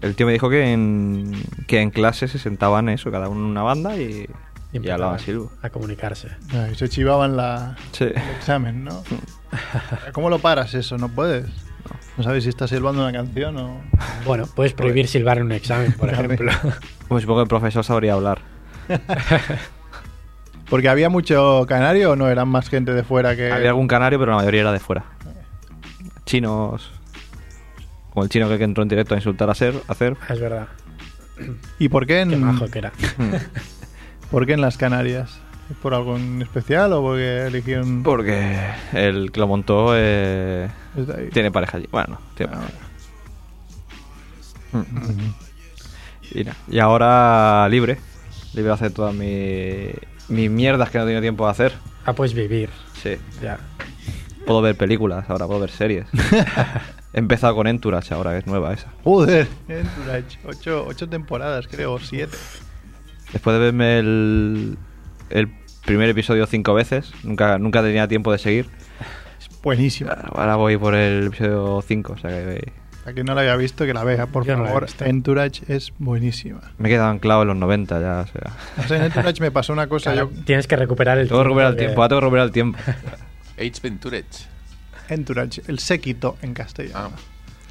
Speaker 4: El tío me dijo que en, que en clase se sentaban eso, cada uno en una banda y,
Speaker 3: y
Speaker 4: y
Speaker 3: empezaban
Speaker 4: hablaban silbo.
Speaker 3: A comunicarse.
Speaker 2: Ay, se chivaban la,
Speaker 4: Sí.
Speaker 2: el examen, ¿no?
Speaker 4: Mm.
Speaker 2: ¿Cómo lo paras eso? No puedes. No sabes si estás silbando una canción o...
Speaker 3: Bueno, puedes prohibir silbar en un examen,
Speaker 4: *laughs*
Speaker 3: por ejemplo.
Speaker 4: Pues supongo que el profesor sabría hablar.
Speaker 2: Porque había mucho canario o no eran más gente de fuera que.
Speaker 4: Había algún canario, pero la mayoría era de fuera. Chinos. Como el chino que entró en directo a insultar a Ser,
Speaker 3: *laughs*
Speaker 4: a Cer.
Speaker 3: *laughs* es verdad.
Speaker 2: ¿Y por qué,
Speaker 3: Qué
Speaker 2: en,
Speaker 3: majo que era.
Speaker 2: por qué en las Canarias? ¿Es ¿Por algún especial o porque eligieron.?
Speaker 4: Porque el que lo montó eh,
Speaker 2: es de ahí?
Speaker 4: tiene pareja allí. Bueno, no, tiene
Speaker 2: Ah,
Speaker 4: pareja.
Speaker 2: bueno.
Speaker 4: Y, na- y ahora libre. Libre de hacer todas mi- mis mierdas que no he tenido tiempo de hacer.
Speaker 3: Ah, pues vivir.
Speaker 4: Sí.
Speaker 3: Ya.
Speaker 4: Puedo ver películas ahora, puedo ver *laughs* series. He empezado con Entourage ahora, que es nueva esa.
Speaker 2: Joder, Entourage. Ocho, ocho temporadas, creo, o siete.
Speaker 4: Después de verme el, el primer episodio cinco veces, nunca, nunca tenía tiempo de seguir.
Speaker 2: Es buenísima.
Speaker 4: Ahora voy por el episodio 5, o sea que
Speaker 2: A quien no la había visto, que la vea, por
Speaker 3: Yo no la he
Speaker 2: favor.
Speaker 3: visto.
Speaker 2: Entourage es buenísima.
Speaker 4: me he quedado anclado en los 90 ya, o sea.
Speaker 2: O sea, en Entourage me pasó una
Speaker 3: *laughs*
Speaker 2: cosa. Yo,
Speaker 3: Claro, Tienes que recuperar el
Speaker 4: Tengo que recuperar el
Speaker 3: que-
Speaker 4: tiempo, ahora tengo que recuperar el *laughs* tiempo.
Speaker 1: H. Venturets.
Speaker 2: Entourage, el séquito en castellano.
Speaker 1: Ah.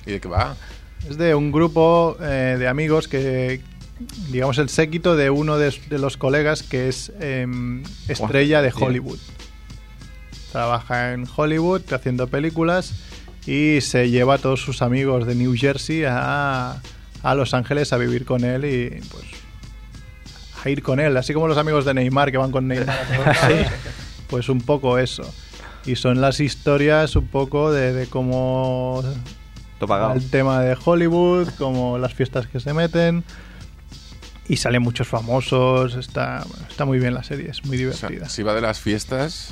Speaker 1: ¿Y de qué va?
Speaker 2: Es de un grupo eh, de amigos que, digamos, el séquito de uno de, de los colegas que es em, estrella de
Speaker 4: tío.
Speaker 2: Hollywood. Trabaja en Hollywood haciendo películas y se lleva a todos sus amigos de New Jersey a, a a Los Ángeles a vivir con él y pues a ir con él, así como los amigos de Neymar que van con Neymar a todos lados, pues un poco eso. Y son las historias un poco de, de cómo
Speaker 4: Todo pagado.
Speaker 2: el tema de Hollywood, como las fiestas que se meten. Y salen muchos famosos, está, bueno, está muy bien la serie, es muy
Speaker 1: O sea,
Speaker 2: divertida.
Speaker 1: si va de las fiestas,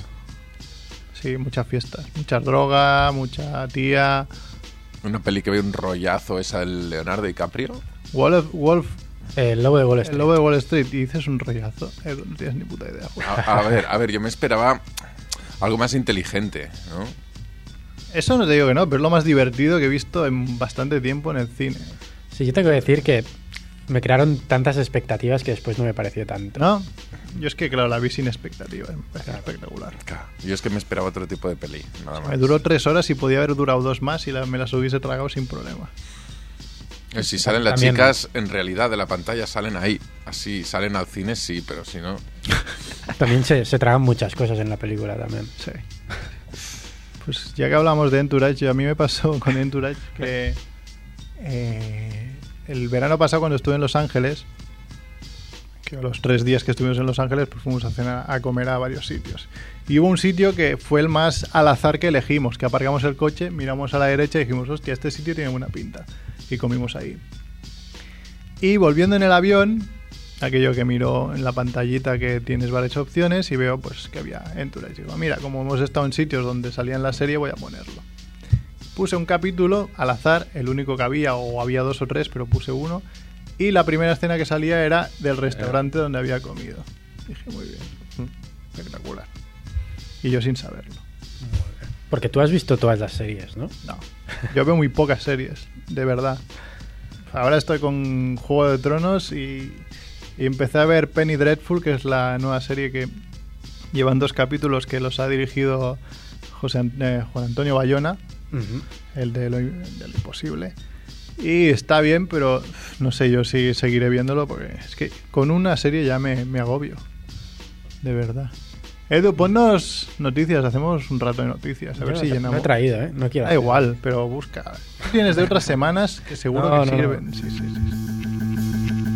Speaker 2: Sí, muchas fiestas, mucha droga, mucha tía.
Speaker 1: una peli que ve un rollazo esa del Leonardo DiCaprio.
Speaker 2: Wall of- Wolf,
Speaker 3: El lobo de Wall
Speaker 2: el
Speaker 3: Street.
Speaker 2: lobo de Wall Street, y dices un rollazo. Edu, no tienes ni puta idea. joder.
Speaker 1: A, a ver, a ver, yo me esperaba algo más inteligente, ¿no?
Speaker 2: Eso no te digo que no, pero es lo más divertido que he visto en bastante tiempo en el cine.
Speaker 3: Sí, yo tengo que decir que me crearon tantas expectativas que después no me pareció tanto.
Speaker 2: ¿No? Yo es que, claro, la vi sin expectativas, me parece espectacular.
Speaker 1: Claro, Yo es que me esperaba otro tipo de peli, nada más.
Speaker 2: Me duró tres horas y podía haber durado dos más y la- me las hubiese tragado sin problema.
Speaker 1: Eh, Si salen las
Speaker 3: También.
Speaker 1: chicas, en realidad de la pantalla salen ahí. Así, salen al cine, sí, pero si no.
Speaker 3: También se, se tragan muchas cosas en la película también.
Speaker 2: Sí. Pues ya que hablamos de Entourage, a mí me pasó *laughs* con Entourage que eh, el verano pasado cuando estuve en Los Ángeles, que a los tres días que estuvimos en Los Ángeles, pues fuimos a cenar, a comer a varios sitios. Y hubo un sitio que fue el más al azar que elegimos, que aparcamos el coche, miramos a la derecha y dijimos, hostia, este sitio tiene buena pinta. Y comimos ahí. Y volviendo en el avión, aquello que miro en la pantallita que tienes varias opciones y veo pues que había Entourage. Digo, mira, como hemos estado en sitios donde salía en la serie, voy a ponerlo. Puse un capítulo al azar, el único que había, o había dos o tres, pero puse uno. Y la primera escena que salía era del restaurante donde había comido. Dije, muy bien, espectacular. Y yo sin saberlo.
Speaker 3: Porque tú has visto todas las series, ¿no?
Speaker 2: No. Yo veo muy pocas series, de verdad. Ahora estoy con Juego de Tronos y, y empecé a ver Penny Dreadful, que es la nueva serie que llevan dos capítulos que los ha dirigido José, An- eh, Juan Antonio Bayona, el de lo, im- de lo imposible. Y está bien, pero uf, no sé yo si seguiré viéndolo porque es que con una serie ya me, me agobio. De verdad. Edu, ponnos noticias, hacemos un rato de noticias, a ver
Speaker 3: Yo
Speaker 2: si
Speaker 3: no,
Speaker 2: llenamos.
Speaker 3: No he traído, ¿eh? No quiero.
Speaker 2: Da
Speaker 3: hacer.
Speaker 2: igual, pero busca. Tú tienes de otras semanas que seguro
Speaker 3: No,
Speaker 2: que
Speaker 3: no.
Speaker 2: sirven. Sí, sí, sí.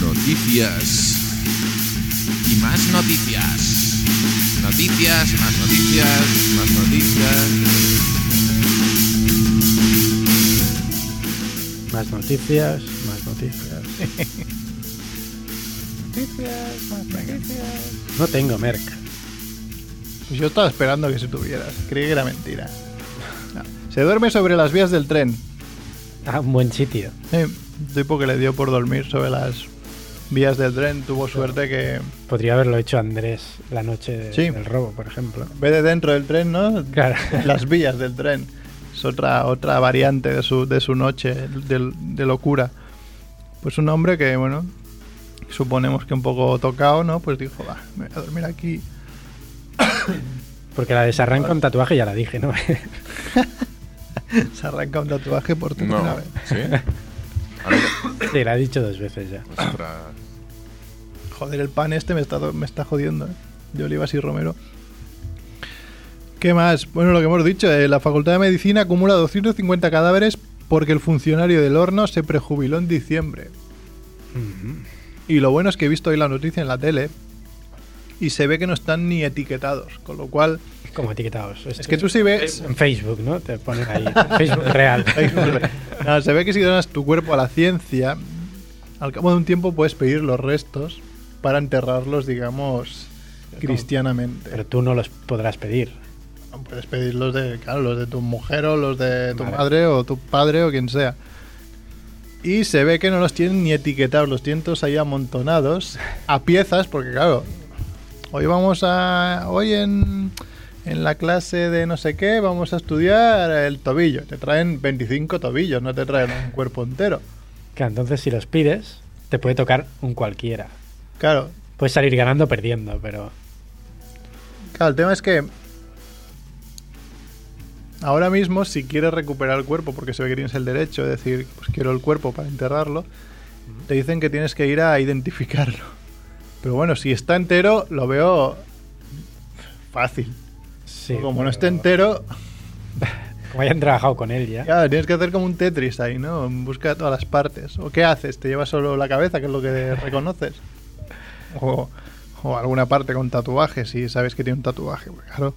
Speaker 5: Noticias. Y más noticias. Noticias, más noticias, más noticias.
Speaker 3: Más noticias, más noticias. noticias, más noticias. No tengo merca.
Speaker 2: Pues yo estaba esperando que se tuvieras. Creí que era mentira. No. Se duerme sobre las vías del tren.
Speaker 3: Ah, un buen sitio.
Speaker 2: Eh, tipo que le dio por dormir sobre las vías del tren. Tuvo suerte que
Speaker 3: Podría haberlo hecho Andrés la noche de-
Speaker 2: Sí.
Speaker 3: del robo, por ejemplo.
Speaker 2: ve de dentro del tren, ¿no?
Speaker 3: Claro.
Speaker 2: Las vías del tren. Es otra, otra variante de su, de su noche de, de locura. Pues un hombre que, bueno, suponemos que un poco tocado, ¿no? Pues dijo, va, me voy a dormir aquí.
Speaker 3: Porque la desarranca un tatuaje ya la dije, ¿no? *laughs*
Speaker 2: Se arranca un tatuaje por tu
Speaker 1: No.
Speaker 2: vez.
Speaker 1: ¿Sí? A ver,
Speaker 3: sí, la he dicho dos veces ya.
Speaker 1: ostras.
Speaker 2: Joder, el pan este me está, me está jodiendo, ¿eh? De Olivas y Romero. ¿Qué más? Bueno, lo que hemos dicho, eh, la Facultad de Medicina acumula 250 cadáveres porque el funcionario del horno se prejubiló en diciembre. Y lo bueno es que he visto hoy la noticia en la tele y se ve que no están ni etiquetados, con lo cual
Speaker 3: Como etiquetados.
Speaker 2: es que tú si ves
Speaker 3: En Facebook, ¿no? Te ponen ahí.
Speaker 2: *laughs*
Speaker 3: Facebook real.
Speaker 2: No, se ve que si donas tu cuerpo a la ciencia, al cabo de un tiempo puedes pedir los restos para enterrarlos, digamos, cristianamente.
Speaker 3: Pero tú no los podrás pedir.
Speaker 2: Puedes pedirlos de, claro, los de tu mujer o los de tu
Speaker 3: Vale.
Speaker 2: madre o tu padre o quien sea. Y se ve que no los tienen ni etiquetados, los tienen todos ahí amontonados a piezas, porque claro, hoy vamos a. Hoy en, en la clase de no sé qué vamos a estudiar el tobillo. Te traen 25 tobillos, no te traen un cuerpo entero.
Speaker 3: Que entonces si los pides, te puede tocar un cualquiera.
Speaker 2: Claro,
Speaker 3: Puedes salir ganando o perdiendo, pero...
Speaker 2: Claro, el tema es que ahora mismo si quieres recuperar el cuerpo, porque se ve que tienes el derecho de decir, pues quiero el cuerpo para enterrarlo, te dicen que tienes que ir a identificarlo. Pero bueno, si está entero, lo veo fácil.
Speaker 3: Sí,
Speaker 2: como no
Speaker 3: pero-
Speaker 2: esté entero,
Speaker 3: Como hayan trabajado con él ya.
Speaker 2: claro, tienes que hacer como un Tetris ahí, ¿no? Busca todas las partes. ¿O qué haces? ¿Te llevas solo la cabeza, que es lo que reconoces? O, o alguna parte con tatuaje, si sabes que tiene un tatuaje, pues, claro.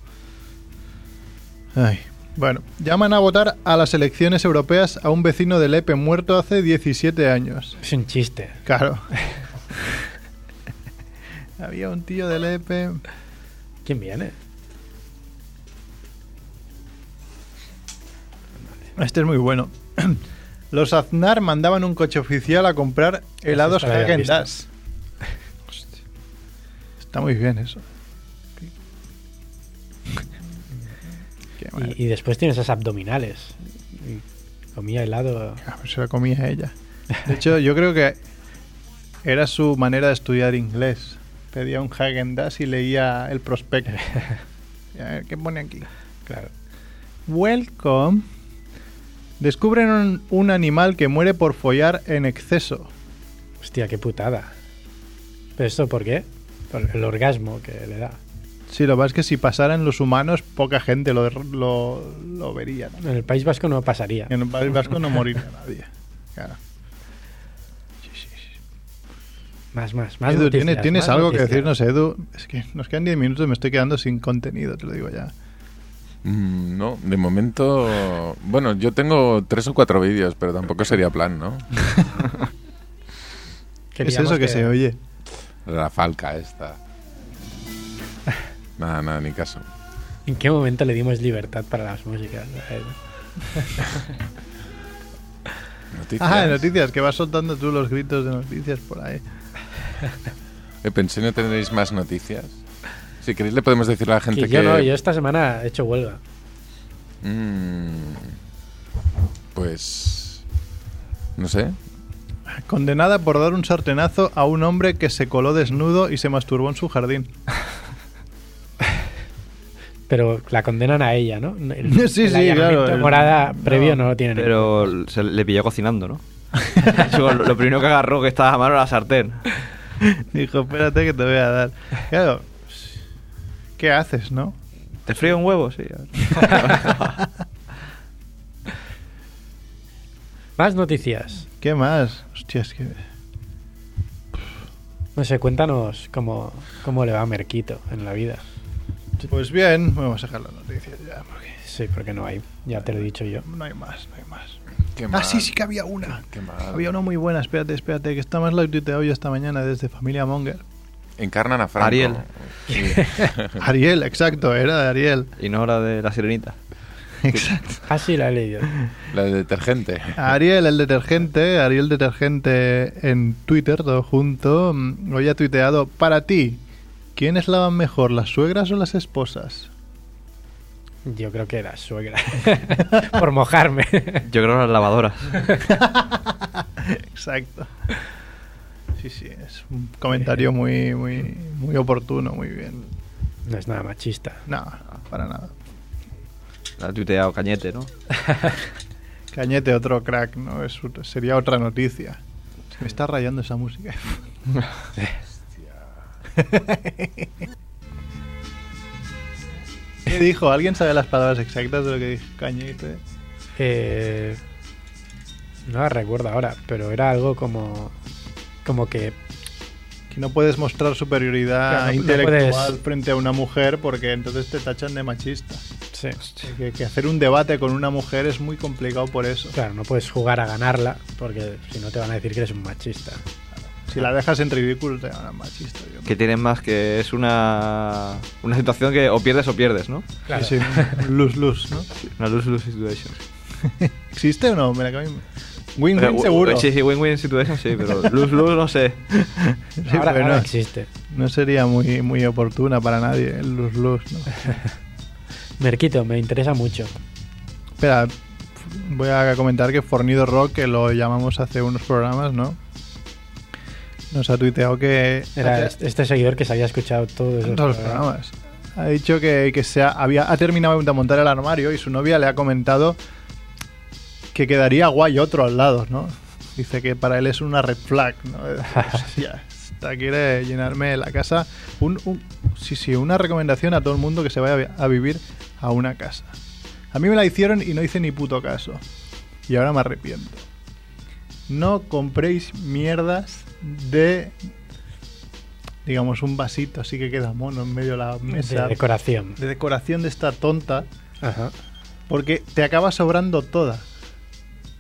Speaker 2: Ay. Bueno, llaman a votar a las elecciones europeas a un vecino del EPE muerto hace 17 años.
Speaker 3: Es un chiste.
Speaker 2: Claro. *laughs* Había un tío del E EPE.
Speaker 3: ¿Quién viene?
Speaker 2: Este es muy bueno. *clears throat* Los Aznar mandaban un coche oficial a comprar helados
Speaker 3: para
Speaker 2: Häagen
Speaker 3: idealistas.
Speaker 2: Dazs. Está muy bien eso. Qué mal.
Speaker 3: Y, y después tiene esas abdominales. Y comía helado.
Speaker 2: Ah, pues Se la comía ella. De hecho, yo creo que era su manera de estudiar inglés. Pedía un Häagen Dazs y leía el prospecto. Y A ver, ¿qué pone aquí?
Speaker 3: Claro.
Speaker 2: Welcome. Descubren un, un animal que muere por follar en exceso.
Speaker 3: Hostia, qué putada. ¿Pero esto por qué? Por el orgasmo que le da.
Speaker 2: Sí, lo que pasa es que si pasaran los humanos, poca gente lo, lo, lo vería. ¿no?
Speaker 3: En el País Vasco no pasaría.
Speaker 2: En el País Vasco no moriría nadie. Claro.
Speaker 3: Más, más, más.
Speaker 2: Edu,
Speaker 3: noticias,
Speaker 2: ¿tienes, tienes
Speaker 3: más
Speaker 2: algo
Speaker 3: noticias.
Speaker 2: que decirnos, Edu? Es que nos quedan 10 minutos y me estoy quedando sin contenido, te lo digo ya.
Speaker 1: Mm, No, de momento. Bueno, yo tengo tres o cuatro vídeos, pero tampoco sería plan, ¿no?
Speaker 2: ¿Qué es
Speaker 3: Queríamos
Speaker 2: eso que, se oye?
Speaker 1: La falca esta. Nada, nada, ni caso.
Speaker 3: ¿En qué momento le dimos libertad para las músicas? Eh, A Edu?
Speaker 1: Noticias.
Speaker 2: Ah, noticias, que vas soltando tú los gritos de noticias por ahí.
Speaker 1: Eh, pensé no tendréis más noticias. Si queréis le podemos decir a la gente
Speaker 3: Que
Speaker 1: que...
Speaker 3: yo no, yo esta semana he hecho huelga.
Speaker 1: Mm, pues... No sé.
Speaker 2: Ah, Condenada por dar un sartenazo a un hombre que se coló desnudo y se masturbó en su jardín. *laughs*
Speaker 3: Pero la condenan a ella, ¿no? El,
Speaker 2: *laughs* Sí,
Speaker 3: el
Speaker 2: sí,
Speaker 3: allanamiento
Speaker 2: claro, el-
Speaker 3: morada previo
Speaker 2: no,
Speaker 3: no lo tienen. en cuenta.
Speaker 4: Pero se le pilló cocinando, ¿no? Eso, lo, lo primero que agarró que estaba a mano era la sartén.
Speaker 2: Dijo, espérate que te voy a dar. Claro, pues, ¿qué haces, no?
Speaker 4: ¿Te frío un huevo? Sí. *laughs*
Speaker 3: Más noticias.
Speaker 2: ¿Qué más? Hostia, es que...
Speaker 3: No sé, cuéntanos cómo, cómo le va a Merquito en la vida.
Speaker 2: Pues bien, vamos a dejar las noticias ya, porque
Speaker 3: Sí, porque no hay. Ya te lo he dicho yo.
Speaker 2: no hay más, no hay más.
Speaker 1: Qué Ah,
Speaker 2: Ah,
Speaker 1: mal.
Speaker 2: sí, sí que había una.
Speaker 1: Qué mal.
Speaker 2: Había una muy buena, espérate, espérate, que está más la he tuiteado yo esta mañana desde Familia Monger.
Speaker 1: Encarnan a Franco.
Speaker 4: Ariel.
Speaker 1: Sí.
Speaker 2: Ariel, exacto, era de Ariel.
Speaker 4: Y no la de la sirenita.
Speaker 2: Exacto.
Speaker 3: Ah, sí, la he leído.
Speaker 1: La de detergente.
Speaker 2: Ariel, el detergente, Ariel Detergente en Twitter, todo junto. mm, Hoy ha tuiteado, para ti, ¿quiénes lavan mejor, las suegras o las esposas?
Speaker 3: Yo creo que era suegra. *laughs* Por mojarme.
Speaker 4: Yo creo las lavadoras.
Speaker 2: Exacto. Sí, sí, es un comentario muy, muy, muy oportuno, muy bien.
Speaker 3: No es nada machista.
Speaker 2: Nada, para nada.
Speaker 4: La ha tuiteado Cañete, ¿no?
Speaker 2: Cañete, otro crack, ¿no? Es ut- sería otra noticia. Se me está rayando esa música. *laughs* ¿Qué dijo? ¿Alguien sabe las palabras exactas de lo que dijo Cañete?
Speaker 3: Eh, no la recuerdo ahora, pero era algo como. Como que.
Speaker 2: Que no puedes mostrar superioridad
Speaker 3: Claro, no- no
Speaker 2: intelectual
Speaker 3: puedes-
Speaker 2: frente a una mujer porque entonces te tachan de machista.
Speaker 3: Sí.
Speaker 2: Que, que hacer un debate con una mujer es muy complicado por eso.
Speaker 3: Claro, no puedes jugar a ganarla, porque si no te van a decir que eres un machista.
Speaker 2: Si la dejas en ridículo te llaman machista. yo
Speaker 4: Que tienen más que es una, una situación que o pierdes o pierdes, ¿no?
Speaker 3: Claro.
Speaker 2: Sí, sí, luz, luz, ¿no?
Speaker 4: Una lose-lose situation.
Speaker 2: ¿Existe o no? Me la acabo de- Win, win
Speaker 4: Eh,
Speaker 2: seguro.
Speaker 4: Sí, sí, win-win situation, sí,
Speaker 2: *laughs*
Speaker 4: pero lose-lose no sé.
Speaker 2: Sí,
Speaker 3: ahora,
Speaker 2: pero
Speaker 3: ahora
Speaker 2: no,
Speaker 3: existe.
Speaker 2: no sería muy, muy oportuna para nadie el luz, luz, ¿no?
Speaker 3: Merquito, me interesa mucho.
Speaker 2: Espera, voy a comentar que Fornido Rock, que lo llamamos hace unos programas, ¿no? Nos ha tuiteado que...
Speaker 3: Era
Speaker 2: ha-
Speaker 3: este este seguidor que se había escuchado todos
Speaker 2: en todos los programas. Ha dicho que, que se ha, había, ha terminado de montar el armario y su novia le ha comentado que quedaría guay otro al lado, ¿no? Dice que para él es una red flag, ¿no? *laughs* Hostia, Hasta quiere llenarme la casa. Un, un- sí, sí, una recomendación a todo el mundo que se vaya a vi- a vivir a una casa. A mí me la hicieron y no hice ni puto caso. Y ahora me arrepiento. No compréis mierdas de. Digamos, un vasito así que queda mono en medio de la mesa.
Speaker 3: De decoración.
Speaker 2: de decoración de esta tonta.
Speaker 3: Ajá.
Speaker 2: Porque te acaba sobrando toda.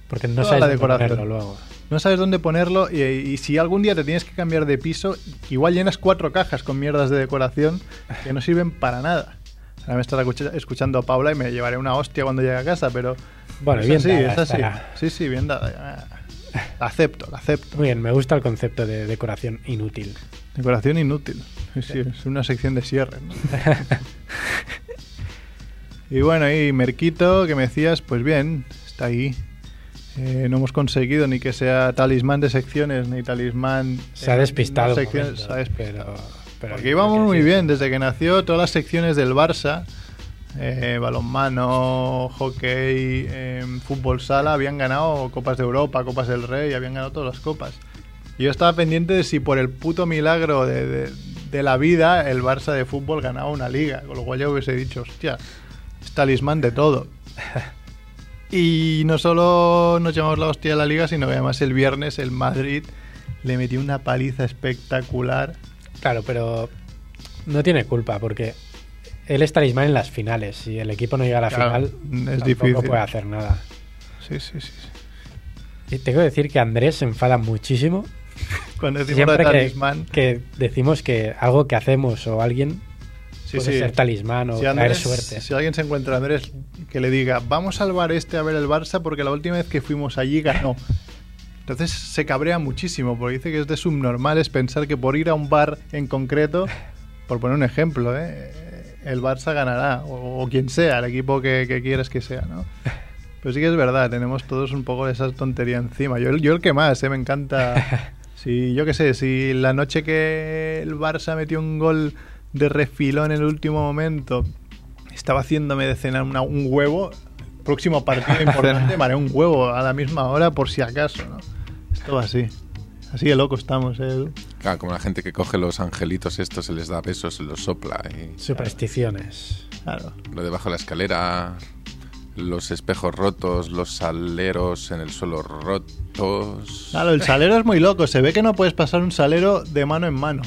Speaker 3: Porque no
Speaker 2: Toda
Speaker 3: sabes
Speaker 2: la
Speaker 3: dónde
Speaker 2: decoración.
Speaker 3: ponerlo luego.
Speaker 2: No sabes dónde ponerlo y, y si algún día te tienes que cambiar de piso, igual llenas cuatro cajas con mierdas de decoración que no sirven para nada. Ahora me estará escucha- escuchando a Paula y me llevaré una hostia cuando llegue a casa, pero...
Speaker 3: Bueno,
Speaker 2: es
Speaker 3: bien
Speaker 2: así,
Speaker 3: dada
Speaker 2: es así.
Speaker 3: estará.
Speaker 2: Sí, sí, bien dada. La acepto, la acepto.
Speaker 3: Muy bien, me gusta el concepto de decoración inútil. *laughs*
Speaker 2: Decoración inútil. Sí, sí, es una sección de cierre.
Speaker 3: *laughs*
Speaker 2: ¿no? y bueno, y Merquito, que me decías, pues bien, está ahí. Eh, no hemos conseguido ni que sea talismán de secciones, ni talismán...
Speaker 3: Se ha despistado.
Speaker 2: no
Speaker 3: un
Speaker 2: secciones,
Speaker 3: momento,
Speaker 2: se ha despistado.
Speaker 3: pero, pero
Speaker 2: Porque íbamos
Speaker 3: creo que
Speaker 2: muy
Speaker 3: sí.
Speaker 2: bien, desde que nació todas las secciones del Barça, eh, balonmano, hockey, em, fútbol sala, habían ganado Copas de Europa, Copas del Rey, habían ganado todas las copas. Y yo estaba pendiente de si por el puto milagro de, de- de la vida el Barça de fútbol ganaba una liga, con lo cual yo hubiese dicho, hostia, es talismán de todo. *laughs* Y no solo nos llevamos la hostia de la liga, sino que además el viernes el Madrid le metió una paliza espectacular
Speaker 3: Claro, pero no tiene culpa porque él es talismán en las finales. Si el equipo no llega a la
Speaker 2: Claro,
Speaker 3: final,
Speaker 2: es
Speaker 3: tampoco
Speaker 2: difícil.
Speaker 3: puede hacer nada.
Speaker 2: Sí, sí, sí. sí.
Speaker 3: Y tengo que decir que Andrés se enfada muchísimo
Speaker 2: Cuando decimos lo
Speaker 3: siempre
Speaker 2: de
Speaker 3: que-
Speaker 2: talismán,
Speaker 3: que, decimos que algo que hacemos o alguien
Speaker 2: sí,
Speaker 3: puede
Speaker 2: sí.
Speaker 3: ser talismán o
Speaker 2: Si
Speaker 3: traer
Speaker 2: Andrés-
Speaker 3: suerte.
Speaker 2: Si alguien se encuentra a Andrés, que le diga, vamos al bar este a ver el Barça porque la última vez que fuimos allí ganó. Entonces se cabrea muchísimo porque dice que es de subnormales pensar que por ir a un bar en concreto, por poner un ejemplo, ¿eh? el Barça ganará o, o quien sea, el equipo que, que quieras que sea, ¿no? Pero sí que es verdad, tenemos todos un poco de esa tontería encima. Yo, yo el que más, ¿eh? me encanta. Si, yo qué sé, si la noche que el Barça metió un gol de refilón en el último momento, estaba haciéndome de cenar una- un huevo. Próximo partido importante, me haré un huevo a la misma hora por si acaso, ¿no? Esto va así. Así de loco estamos, ¿eh? Edu?
Speaker 1: Claro, como la gente que coge los angelitos estos, se les da besos, se los sopla. Y
Speaker 3: Supersticiones.
Speaker 2: Claro.
Speaker 1: lo debajo de la escalera, los espejos rotos, los saleros en el suelo rotos.
Speaker 2: Claro, el salero es muy loco. Se ve que no puedes pasar un salero de mano en mano.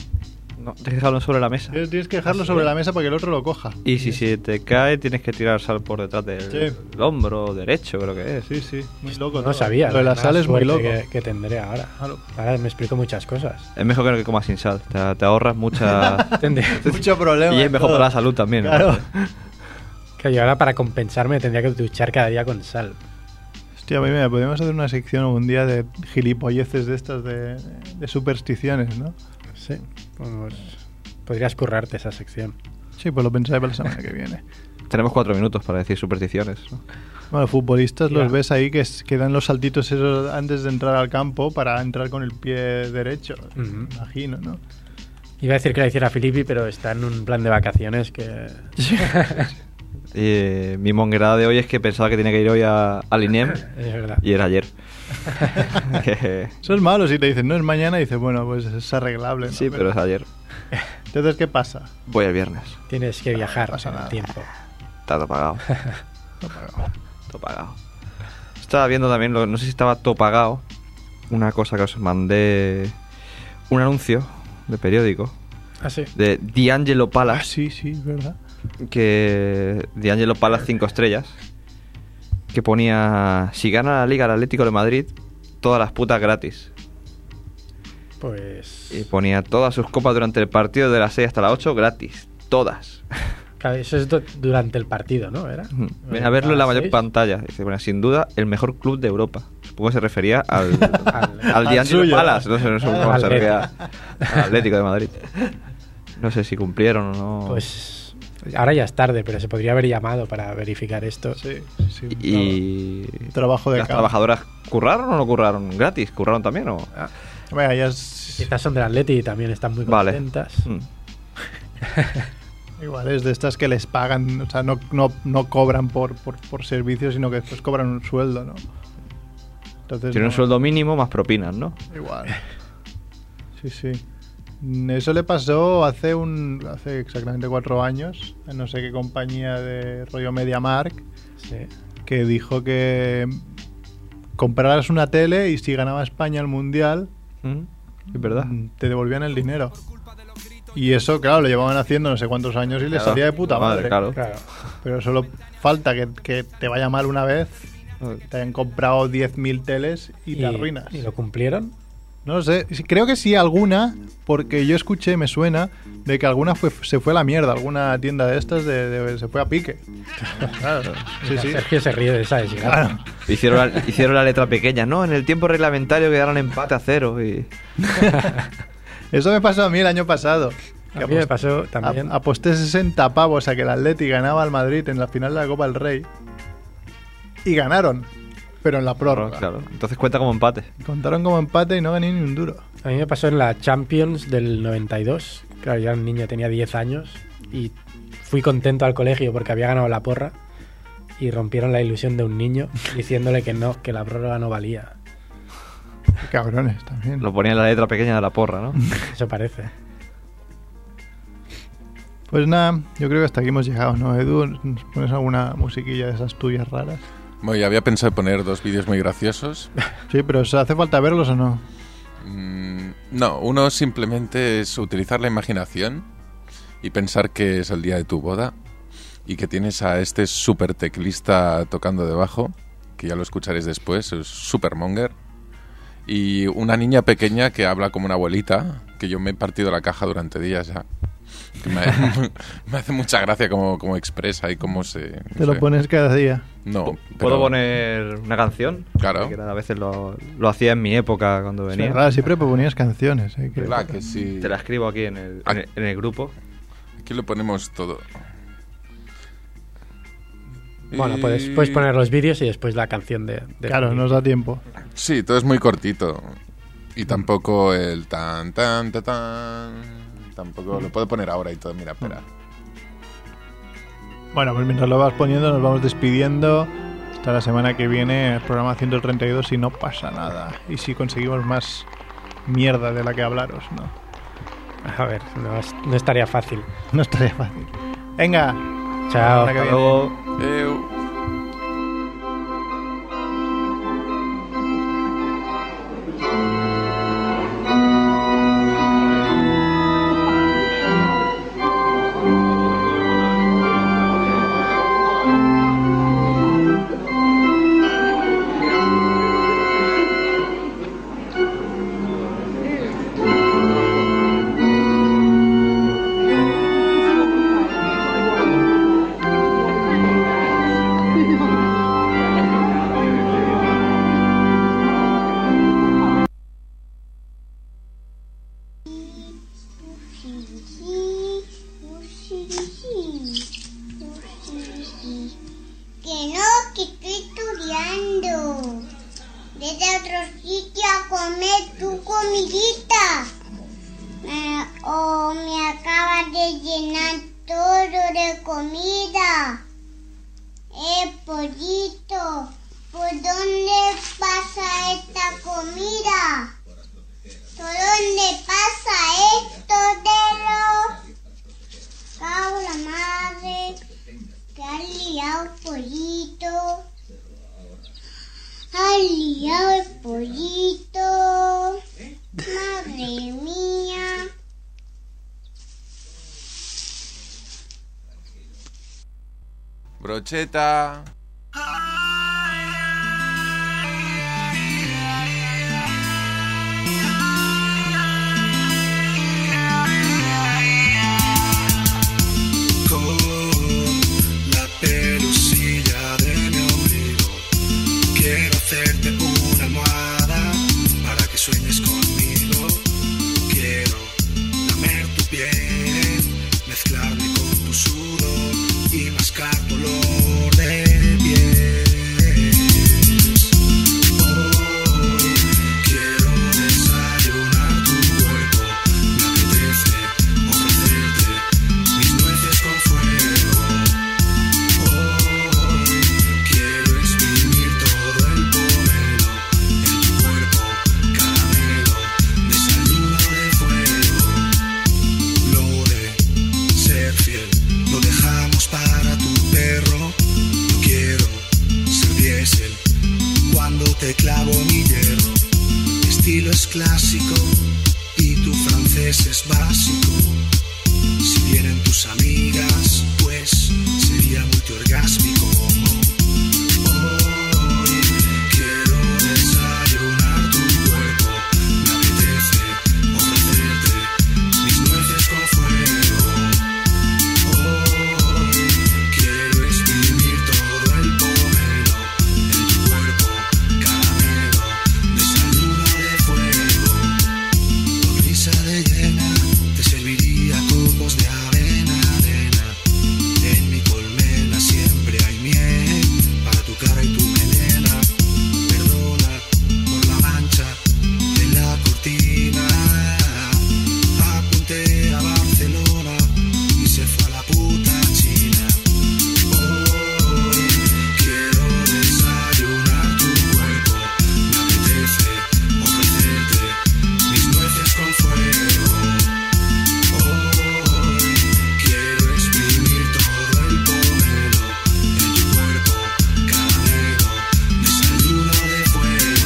Speaker 4: No, tienes que dejarlo sobre la mesa.
Speaker 2: Tienes tienes que dejarlo sobre la mesa para que el otro lo coja.
Speaker 4: Y si se te cae, tienes que tirar sal por detrás del
Speaker 2: Sí.
Speaker 4: del hombro derecho, creo que es.
Speaker 2: Sí, sí, muy loco.
Speaker 3: No sabía.
Speaker 2: Lo de la
Speaker 3: más
Speaker 2: sal es muy
Speaker 3: suerte
Speaker 2: loco.
Speaker 3: Que, que tendré ahora.
Speaker 2: Claro.
Speaker 3: Ahora me explico muchas cosas.
Speaker 4: Es mejor que no que comas sin sal. Te, te ahorras
Speaker 2: *laughs*
Speaker 4: mucha. *laughs*
Speaker 3: Tendré-
Speaker 2: Mucho problema.
Speaker 4: y es mejor
Speaker 2: todo.
Speaker 4: para la salud también. ¿no?
Speaker 2: Claro.
Speaker 3: Que yo ahora para compensarme tendría que duchar cada día con sal.
Speaker 2: Hostia, mira, podríamos hacer una sección algún día de gilipolleces de estas, de, de supersticiones, ¿no?
Speaker 3: Sí. Pues, podrías currarte esa sección.
Speaker 2: Sí, pues lo pensaré para la semana que viene.
Speaker 4: Tenemos cuatro minutos para decir supersticiones.
Speaker 2: *laughs*
Speaker 4: ¿no?
Speaker 2: Bueno, futbolistas los
Speaker 3: Ya.
Speaker 2: ves ahí que, s- que dan los saltitos esos antes de entrar al campo para entrar con el pie derecho,
Speaker 3: Ujú.
Speaker 2: imagino, ¿no?
Speaker 3: Iba a decir que la hiciera Filippi, pero está en un plan de vacaciones que.
Speaker 4: Y, eh, mi monguerada de hoy es que pensaba que tenía que ir hoy a, al E INEM
Speaker 3: es verdad.
Speaker 4: y era ayer. *laughs* Que-
Speaker 2: Eso es malo si te dicen, no es mañana, y dices, bueno, pues es arreglable. ¿no?
Speaker 4: sí, pero es ayer.
Speaker 2: Entonces, ¿qué pasa?
Speaker 4: Voy el viernes.
Speaker 3: Tienes que viajar
Speaker 2: pasa
Speaker 3: en el
Speaker 2: nada.
Speaker 3: tiempo.
Speaker 4: Está todo pagado. *laughs* todo pagado. Estaba viendo también, lo- no sé si estaba todo pagado, una cosa que os mandé, un anuncio de periódico
Speaker 3: Ah, sí.
Speaker 4: de D'Angelo
Speaker 2: Ah,
Speaker 4: Palace,
Speaker 2: sí, sí, es verdad.
Speaker 4: que D'Angelo Palace 5 estrellas, que ponía, si gana la Liga el Atlético de Madrid, todas las putas gratis.
Speaker 3: Pues.
Speaker 4: Y ponía todas sus copas durante el partido de las 6 hasta las 8 gratis. Todas.
Speaker 3: Claro, eso es du- durante el partido, ¿no? ¿Era?
Speaker 4: Ven a verlo en la
Speaker 3: ¿A las
Speaker 4: mayor
Speaker 3: seis?
Speaker 4: pantalla. Dice, bueno, sin duda, el mejor club de Europa. Supongo que se refería al, *laughs* al,
Speaker 2: al
Speaker 4: D'Angelo
Speaker 2: suyo.
Speaker 4: Palace. No sé, no sé cómo
Speaker 3: Al Betis.
Speaker 4: se refería al Atlético de Madrid. No sé si cumplieron o no.
Speaker 3: Pues. Ahora ya es tarde, pero se podría haber llamado para verificar esto.
Speaker 2: Sí, sí, sí. un
Speaker 4: y
Speaker 2: Trabajo de
Speaker 4: las
Speaker 2: campo.
Speaker 4: trabajadoras curraron o no curraron gratis, curraron también o
Speaker 2: traba- Venga, ya es...
Speaker 3: Quizás son del Atleti y también están muy
Speaker 4: Vale.
Speaker 3: contentas.
Speaker 4: Mm.
Speaker 2: Igual es de estas que les pagan, o sea, no, no, no cobran por, por, por servicio, sino que después cobran un sueldo, ¿no? Entonces,
Speaker 4: tiene un
Speaker 2: Pues no-
Speaker 4: sueldo mínimo más propinas, ¿no?
Speaker 2: Igual. Sí, sí. Mm, Eso le pasó hace un hace exactamente cuatro años, a no sé qué compañía de rollo MediaMark,
Speaker 3: Sí.
Speaker 2: que dijo que compraras una tele y si ganaba España el Mundial,
Speaker 4: Mm, Es verdad.
Speaker 2: mm, te devolvían el dinero. Y eso, claro, lo llevaban haciendo no sé cuántos años y le
Speaker 4: Claro.
Speaker 2: salía de puta madre.
Speaker 4: Claro.
Speaker 3: Claro.
Speaker 2: Pero solo falta que, que te vaya mal una vez, te hayan comprado 10.000 teles y, te arruinas.
Speaker 3: ¿Y lo cumplieron?
Speaker 2: No sé, sí, creo que sí alguna, porque yo escuché, me suena, de que alguna fue, se fue a la mierda, alguna tienda de estas de, de- se fue a pique. Claro, sí, sí.
Speaker 3: Sergio se ríe de esa desgracia.
Speaker 2: Claro.
Speaker 4: Hicieron la, hicieron la letra pequeña, ¿no? En el tiempo reglamentario quedaron empate a cero. Y...
Speaker 2: Eso me pasó a mí el año pasado. que
Speaker 3: A mí me
Speaker 2: apost-
Speaker 3: pasó también.
Speaker 2: ap- aposté 60 pavos a que el Atleti ganaba al Madrid en la final de la Copa del Rey. Y ganaron, pero en la prórroga.
Speaker 4: Claro. Entonces cuenta como empate.
Speaker 2: Contaron como empate y no gané ni un duro.
Speaker 3: A mí me pasó en la Champions del 92. Claro, yo era un niño, tenía 10 años y fui contento al colegio porque había ganado la porra y rompieron la ilusión de un niño diciéndole que no, que la prórroga no valía.
Speaker 2: Qué cabrones también.
Speaker 4: Lo ponía en la letra pequeña de la porra, ¿no?
Speaker 3: Eso parece.
Speaker 2: Pues nada, yo creo que hasta aquí hemos llegado, ¿no? Edu, ¿nos pones alguna musiquilla de esas tuyas raras?
Speaker 1: Bueno, ya había pensado en poner dos vídeos muy graciosos.
Speaker 2: Sí, pero ¿se hace falta verlos o no?
Speaker 1: Mm, no, uno simplemente es utilizar la imaginación y pensar que es el día de tu boda y que tienes a este super teclista tocando debajo, que ya lo escucharéis después, es supermonger, y una niña pequeña que habla como una abuelita, que yo me he partido la caja durante días ya. Que me, *laughs* me hace mucha gracia cómo, cómo expresa y cómo se... no
Speaker 2: Te lo
Speaker 1: sé.
Speaker 2: pones cada día.
Speaker 1: No,
Speaker 4: ¿Puedo
Speaker 1: pero-
Speaker 4: poner una canción?
Speaker 1: Claro.
Speaker 4: Que era- a veces lo, lo hacía en mi época cuando
Speaker 2: Es
Speaker 4: venía.
Speaker 2: verdad, siempre ponías canciones. ¿eh? Creo.
Speaker 1: ¿Verdad que sí?
Speaker 4: Te la escribo aquí en el, en el- en el grupo.
Speaker 1: Aquí lo ponemos todo.
Speaker 3: Bueno,
Speaker 1: Y-
Speaker 3: puedes, puedes poner los vídeos y después la canción de... de-
Speaker 2: Claro, nos da tiempo.
Speaker 1: Sí, todo es muy cortito. Y tampoco el tan, tan, tan, tan. Tampoco lo puedo poner ahora y todo. Mira, espera.
Speaker 2: Bueno, pues mientras lo vas poniendo nos vamos despidiendo. Hasta la semana que viene, el programa 132 y no pasa nada. Y si conseguimos más mierda de la que hablaros, ¿no? *laughs*
Speaker 3: A ver, no, es- no estaría fácil.
Speaker 2: No estaría fácil. Venga,
Speaker 3: Chao.
Speaker 2: Ahora que viene.
Speaker 4: Hasta luego.
Speaker 3: Mm.
Speaker 1: Eu.
Speaker 7: Que no, que estoy estudiando. Vete a otro sitio a comer tu comidita. Eh, o me acabas de llenar todo de comida. Eh, pollito, ¿por dónde pasa esta comida? ¿Por dónde pasa esto de los Cago en la madre que ha liado el pollito. Ha liado el pollito. Madre mía.
Speaker 1: Brocheta.
Speaker 8: con la pelusilla de mi ombligo. Quiero hacerte una almohada para que sueñes conmigo. Quiero lamer tu piel, mezclarme con tu sudor y mascar tu olor de estilo es clásico y tu francés es básico. Si vienen tus amigas, pues sería multiorgásmico. Hoy quiero desayunar tu cuerpo. Me apetece ofrecerte mis nueces con fuego. Hoy quiero exprimir todo el pomelo en tu cuerpo, caramelo, desayuno de fuego. Tu risa de llena te serviría copos de avena, arena. En mi colmena siempre hay miel para tu cara y tu melena. Perdona por la mancha de la cortina. Apunté a Barcelona y se fue a la puta China. Hoy quiero desayunar tu cuerpo, me apetece ofrecerte mis nueces con fuego. Hoy quiero exprimir todo el pomelo en tu cuerpo, caramelo, desayuno de fuego.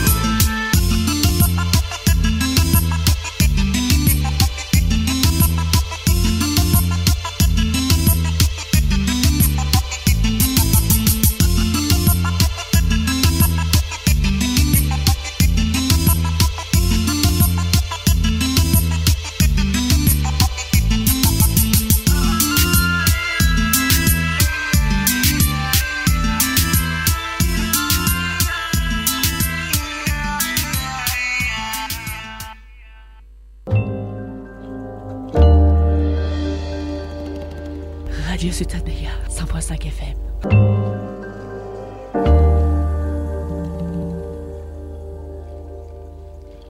Speaker 9: Radio Ciutat Vella, 100.5 FM.